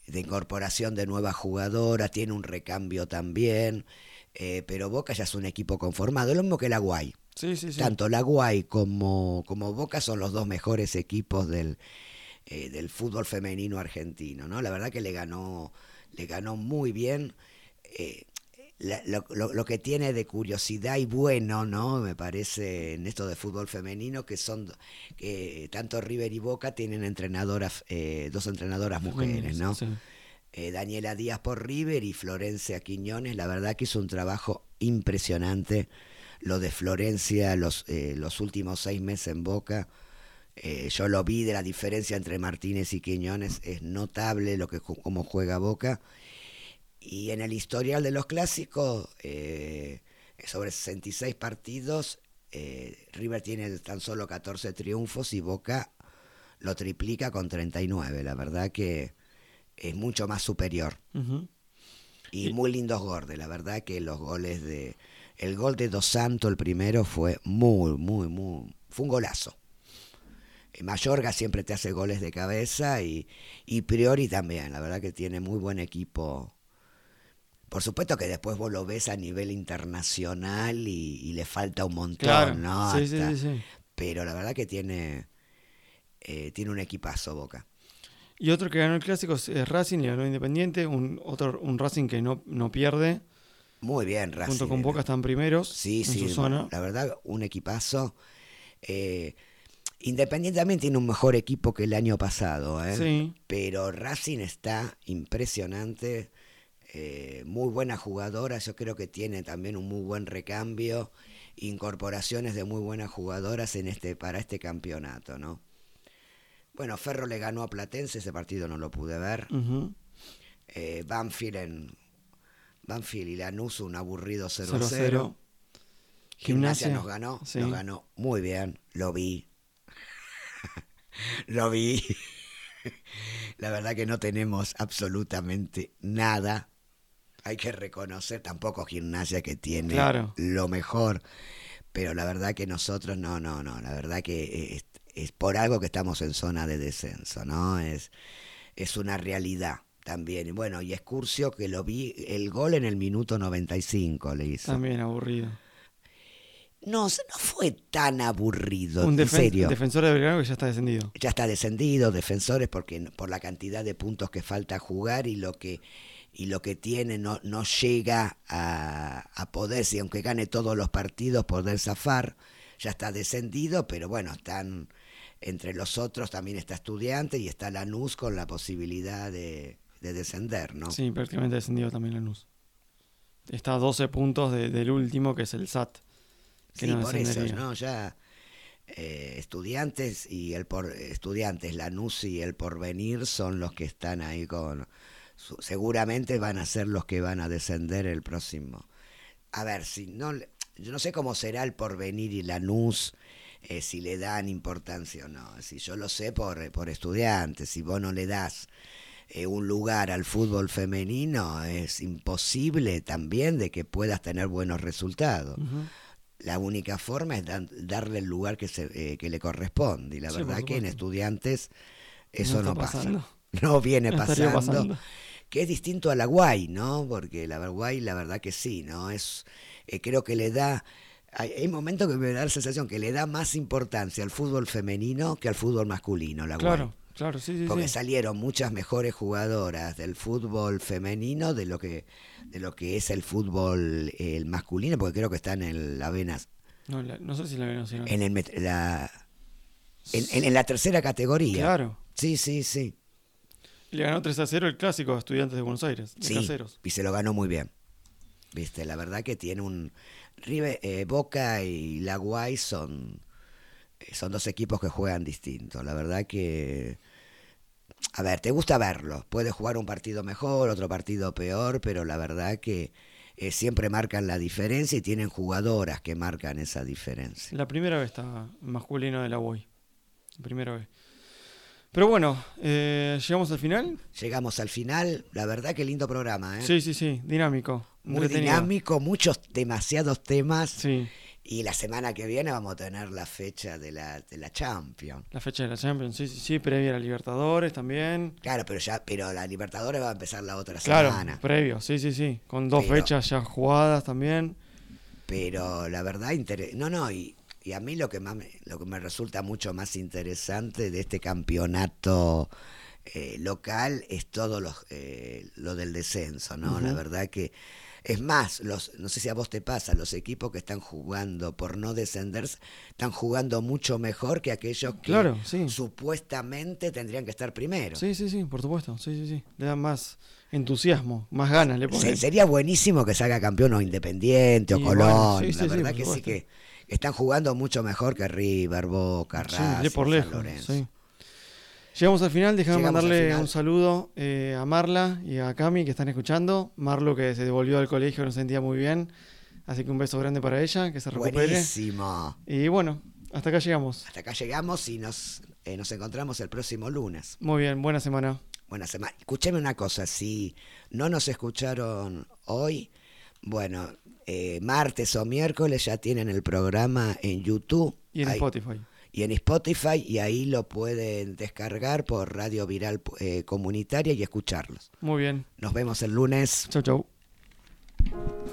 Speaker 4: de incorporación de nuevas jugadoras. Tiene un recambio también. eh, pero Boca ya es un equipo conformado. Lo mismo que la Guay.
Speaker 3: Sí, sí, sí.
Speaker 4: Tanto la Guay como, como Boca son los dos mejores equipos del, eh, del fútbol femenino argentino, ¿no? La verdad que le ganó, le ganó muy bien. eh, la- lo, lo- lo que tiene de curiosidad y bueno, ¿no? Me parece en esto de fútbol femenino que son que tanto River y Boca tienen entrenadoras, eh, dos entrenadoras mujeres, ¿no?
Speaker 3: Sí.
Speaker 4: eh, Daniela Díaz por River y Florencia Quiñones. La verdad que hizo un trabajo impresionante. Lo de Florencia, los, eh, los últimos seis meses en Boca, eh, yo lo vi de la diferencia entre Martínez y Quiñones. Es notable lo que ju- cómo juega Boca. Y en el historial de los clásicos, eh, sobre 66 partidos, eh, River tiene tan solo 14 triunfos y Boca lo triplica con 39. La verdad que es mucho más superior.
Speaker 3: Ujú.
Speaker 4: Y muy lindos goles. La verdad que los goles de... El gol de Dos Santos, el primero, fue muy, muy, muy... Fue un golazo. Eh, Mayorga siempre te hace goles de cabeza y, y Priori también. La verdad que tiene muy buen equipo. Por supuesto que después vos lo ves a nivel internacional y, y le falta un montón,
Speaker 3: Claro.
Speaker 4: ¿no?
Speaker 3: Sí, sí,
Speaker 4: Hasta-
Speaker 3: sí, sí.
Speaker 4: Pero la verdad que tiene, eh, tiene un equipazo Boca.
Speaker 3: Y otro que ganó el clásico es es Racing, le ganó Independiente, un, otro, un Racing que no, no pierde,
Speaker 4: Muy bien, Racing.
Speaker 3: junto con Boca están primeros
Speaker 4: Sí,
Speaker 3: en
Speaker 4: sí,
Speaker 3: su zona.
Speaker 4: la verdad, un equipazo. Eh, Independiente también tiene un mejor equipo que el año pasado, ¿eh?
Speaker 3: Sí.
Speaker 4: pero Racing está impresionante, eh, muy buena jugadora, yo creo que tiene también un muy buen recambio, incorporaciones de muy buenas jugadoras en este, para este campeonato, ¿no? Bueno, Ferro le ganó a Platense, ese partido no lo pude ver.
Speaker 3: Ujú.
Speaker 4: Eh, Banfield, en, Banfield y Lanús, un aburrido
Speaker 3: 0 a
Speaker 4: 0-0.
Speaker 3: 0.
Speaker 4: Gimnasia nos ganó,
Speaker 3: Sí.
Speaker 4: nos ganó muy bien, lo vi. lo vi. La verdad que no tenemos absolutamente nada. Hay que reconocer tampoco gimnasia que tiene
Speaker 3: Claro.
Speaker 4: lo mejor, pero la verdad que nosotros no, no, no, la verdad que eh, es, es por algo que estamos en zona de descenso, ¿no? Es es una realidad también. Y Bueno, y Escurcio que lo vi el gol en el minuto 95 le hizo.
Speaker 3: También aburrido.
Speaker 4: No, no fue tan aburrido,
Speaker 3: un
Speaker 4: en
Speaker 3: defen-
Speaker 4: serio.
Speaker 3: defensor de Belgrano que ya está descendido.
Speaker 4: Ya está descendido, defensores, porque n- por la cantidad de puntos que falta jugar y lo que y lo que tiene no, no llega a, a poder, si aunque gane todos los partidos, poder zafar. Ya está descendido, pero bueno, están entre los otros también está estudiante y está Lanús con la posibilidad de, de descender, ¿no?
Speaker 3: Sí, prácticamente descendido también Lanús. Está a 12 puntos de- del último, que es el SAT. Que
Speaker 4: Sí,
Speaker 3: no
Speaker 4: por eso,
Speaker 3: descendería.
Speaker 4: ¿no? Ya eh, estudiantes y el por estudiantes, Lanús y el porvenir son los que están ahí con su- seguramente van a ser los que van a descender el próximo. A ver, si no le- yo no sé cómo será el porvenir y Lanús eh, si le dan importancia o no. Si yo lo sé por eh, por estudiantes, si vos no le das eh, un lugar al fútbol femenino es imposible también de que puedas tener buenos resultados.
Speaker 3: Ujú.
Speaker 4: La única forma es dan- darle el lugar que, se, eh, que le corresponde. Y la
Speaker 3: Sí,
Speaker 4: verdad
Speaker 3: por
Speaker 4: que en
Speaker 3: supuesto.
Speaker 4: estudiantes eso
Speaker 3: está
Speaker 4: no, pasa.
Speaker 3: pasando.
Speaker 4: No viene
Speaker 3: No estaría
Speaker 4: pasando,
Speaker 3: pasando.
Speaker 4: Que es distinto a la Guay, ¿no? Porque la Guay, la verdad que sí, ¿no? es eh, Creo que le da. Hay, hay momentos que me da la sensación que le da más importancia al fútbol femenino que al fútbol masculino, la Guay.
Speaker 3: Claro, claro, sí, sí,
Speaker 4: Ah, Porque
Speaker 3: sí.
Speaker 4: salieron muchas mejores jugadoras del fútbol femenino de lo que de lo que es el fútbol eh, el masculino, porque creo que están en la venas
Speaker 3: No, la- no sé si la vieron. si no.
Speaker 4: en, el met- la, en, en- en la tercera categoría.
Speaker 3: Claro.
Speaker 4: Sí, sí, sí.
Speaker 3: Le ganó 3 a 0 el clásico a Estudiantes de Buenos Aires. De
Speaker 4: Sí,
Speaker 3: Caseros.
Speaker 4: y se lo ganó muy bien. Viste, la verdad que tiene un... River, eh, Boca y La Guay son, eh, son dos equipos que juegan distinto. La verdad que... A ver, te gusta verlo. Puedes jugar un partido mejor, otro partido peor, pero la verdad que eh, siempre marcan la diferencia y tienen jugadoras que marcan esa diferencia.
Speaker 3: La primera vez está masculino de la Boy. La primera vez. Pero bueno, eh, llegamos al final.
Speaker 4: Llegamos al final, la verdad que lindo programa, ¿eh?
Speaker 3: Sí, sí, sí, dinámico.
Speaker 4: Muy
Speaker 3: entretenido.
Speaker 4: dinámico, muchos, demasiados temas.
Speaker 3: Sí,
Speaker 4: Y la semana que viene vamos a tener la fecha de la, de la Champions.
Speaker 3: la fecha de la Champions, sí, sí, sí, previa a la Libertadores también.
Speaker 4: Claro, pero ya, pero la Libertadores va a empezar la otra
Speaker 3: Claro,
Speaker 4: semana.
Speaker 3: previo, sí, sí, sí. Con dos
Speaker 4: Pero-
Speaker 3: fechas ya jugadas también.
Speaker 4: Pero la verdad, inter- no, no, y, y a mí lo que, más me, lo que me resulta mucho más interesante de este campeonato eh, local es todo los, eh, lo del descenso, ¿no? La verdad que, es más, los, no sé si a vos te pasa, los equipos que están jugando por no descender están jugando mucho mejor que aquellos que
Speaker 3: Claro, sí.
Speaker 4: supuestamente tendrían que estar primero.
Speaker 3: Sí, sí, sí, por supuesto. Sí, sí, sí. Le dan más entusiasmo, más ganas, le
Speaker 4: Se-
Speaker 3: ponen.
Speaker 4: sería buenísimo que salga campeón o Independiente o
Speaker 3: Y
Speaker 4: Colón.
Speaker 3: bueno, sí,
Speaker 4: la
Speaker 3: sí, sí,
Speaker 4: verdad
Speaker 3: por
Speaker 4: que sí
Speaker 3: supuesto.
Speaker 4: que están jugando mucho mejor que River, Boca,
Speaker 3: Sí,
Speaker 4: Racing,
Speaker 3: de por
Speaker 4: San
Speaker 3: lejos.
Speaker 4: Lorenzo.
Speaker 3: sí. Llegamos al final, déjame
Speaker 4: Llegamos al
Speaker 3: mandarle
Speaker 4: final.
Speaker 3: un saludo eh, a Marla y a Cami que están escuchando. Marlo que se devolvió al colegio, no se sentía muy bien. Así que un beso grande para ella, que se recupere.
Speaker 4: Buenísimo.
Speaker 3: Y bueno, hasta acá llegamos.
Speaker 4: Hasta acá llegamos y nos, eh, nos encontramos el próximo lunes.
Speaker 3: Muy bien, buena semana.
Speaker 4: Buena semana. Escúcheme una cosa, si no nos escucharon hoy, bueno, eh, martes o miércoles ya tienen el programa en YouTube.
Speaker 3: Y en
Speaker 4: Ahí-
Speaker 3: Spotify.
Speaker 4: y en Spotify y ahí lo pueden descargar por Radio Viral eh, Comunitaria y escucharlos.
Speaker 3: Muy bien.
Speaker 4: Nos vemos el lunes.
Speaker 3: Chau, chau.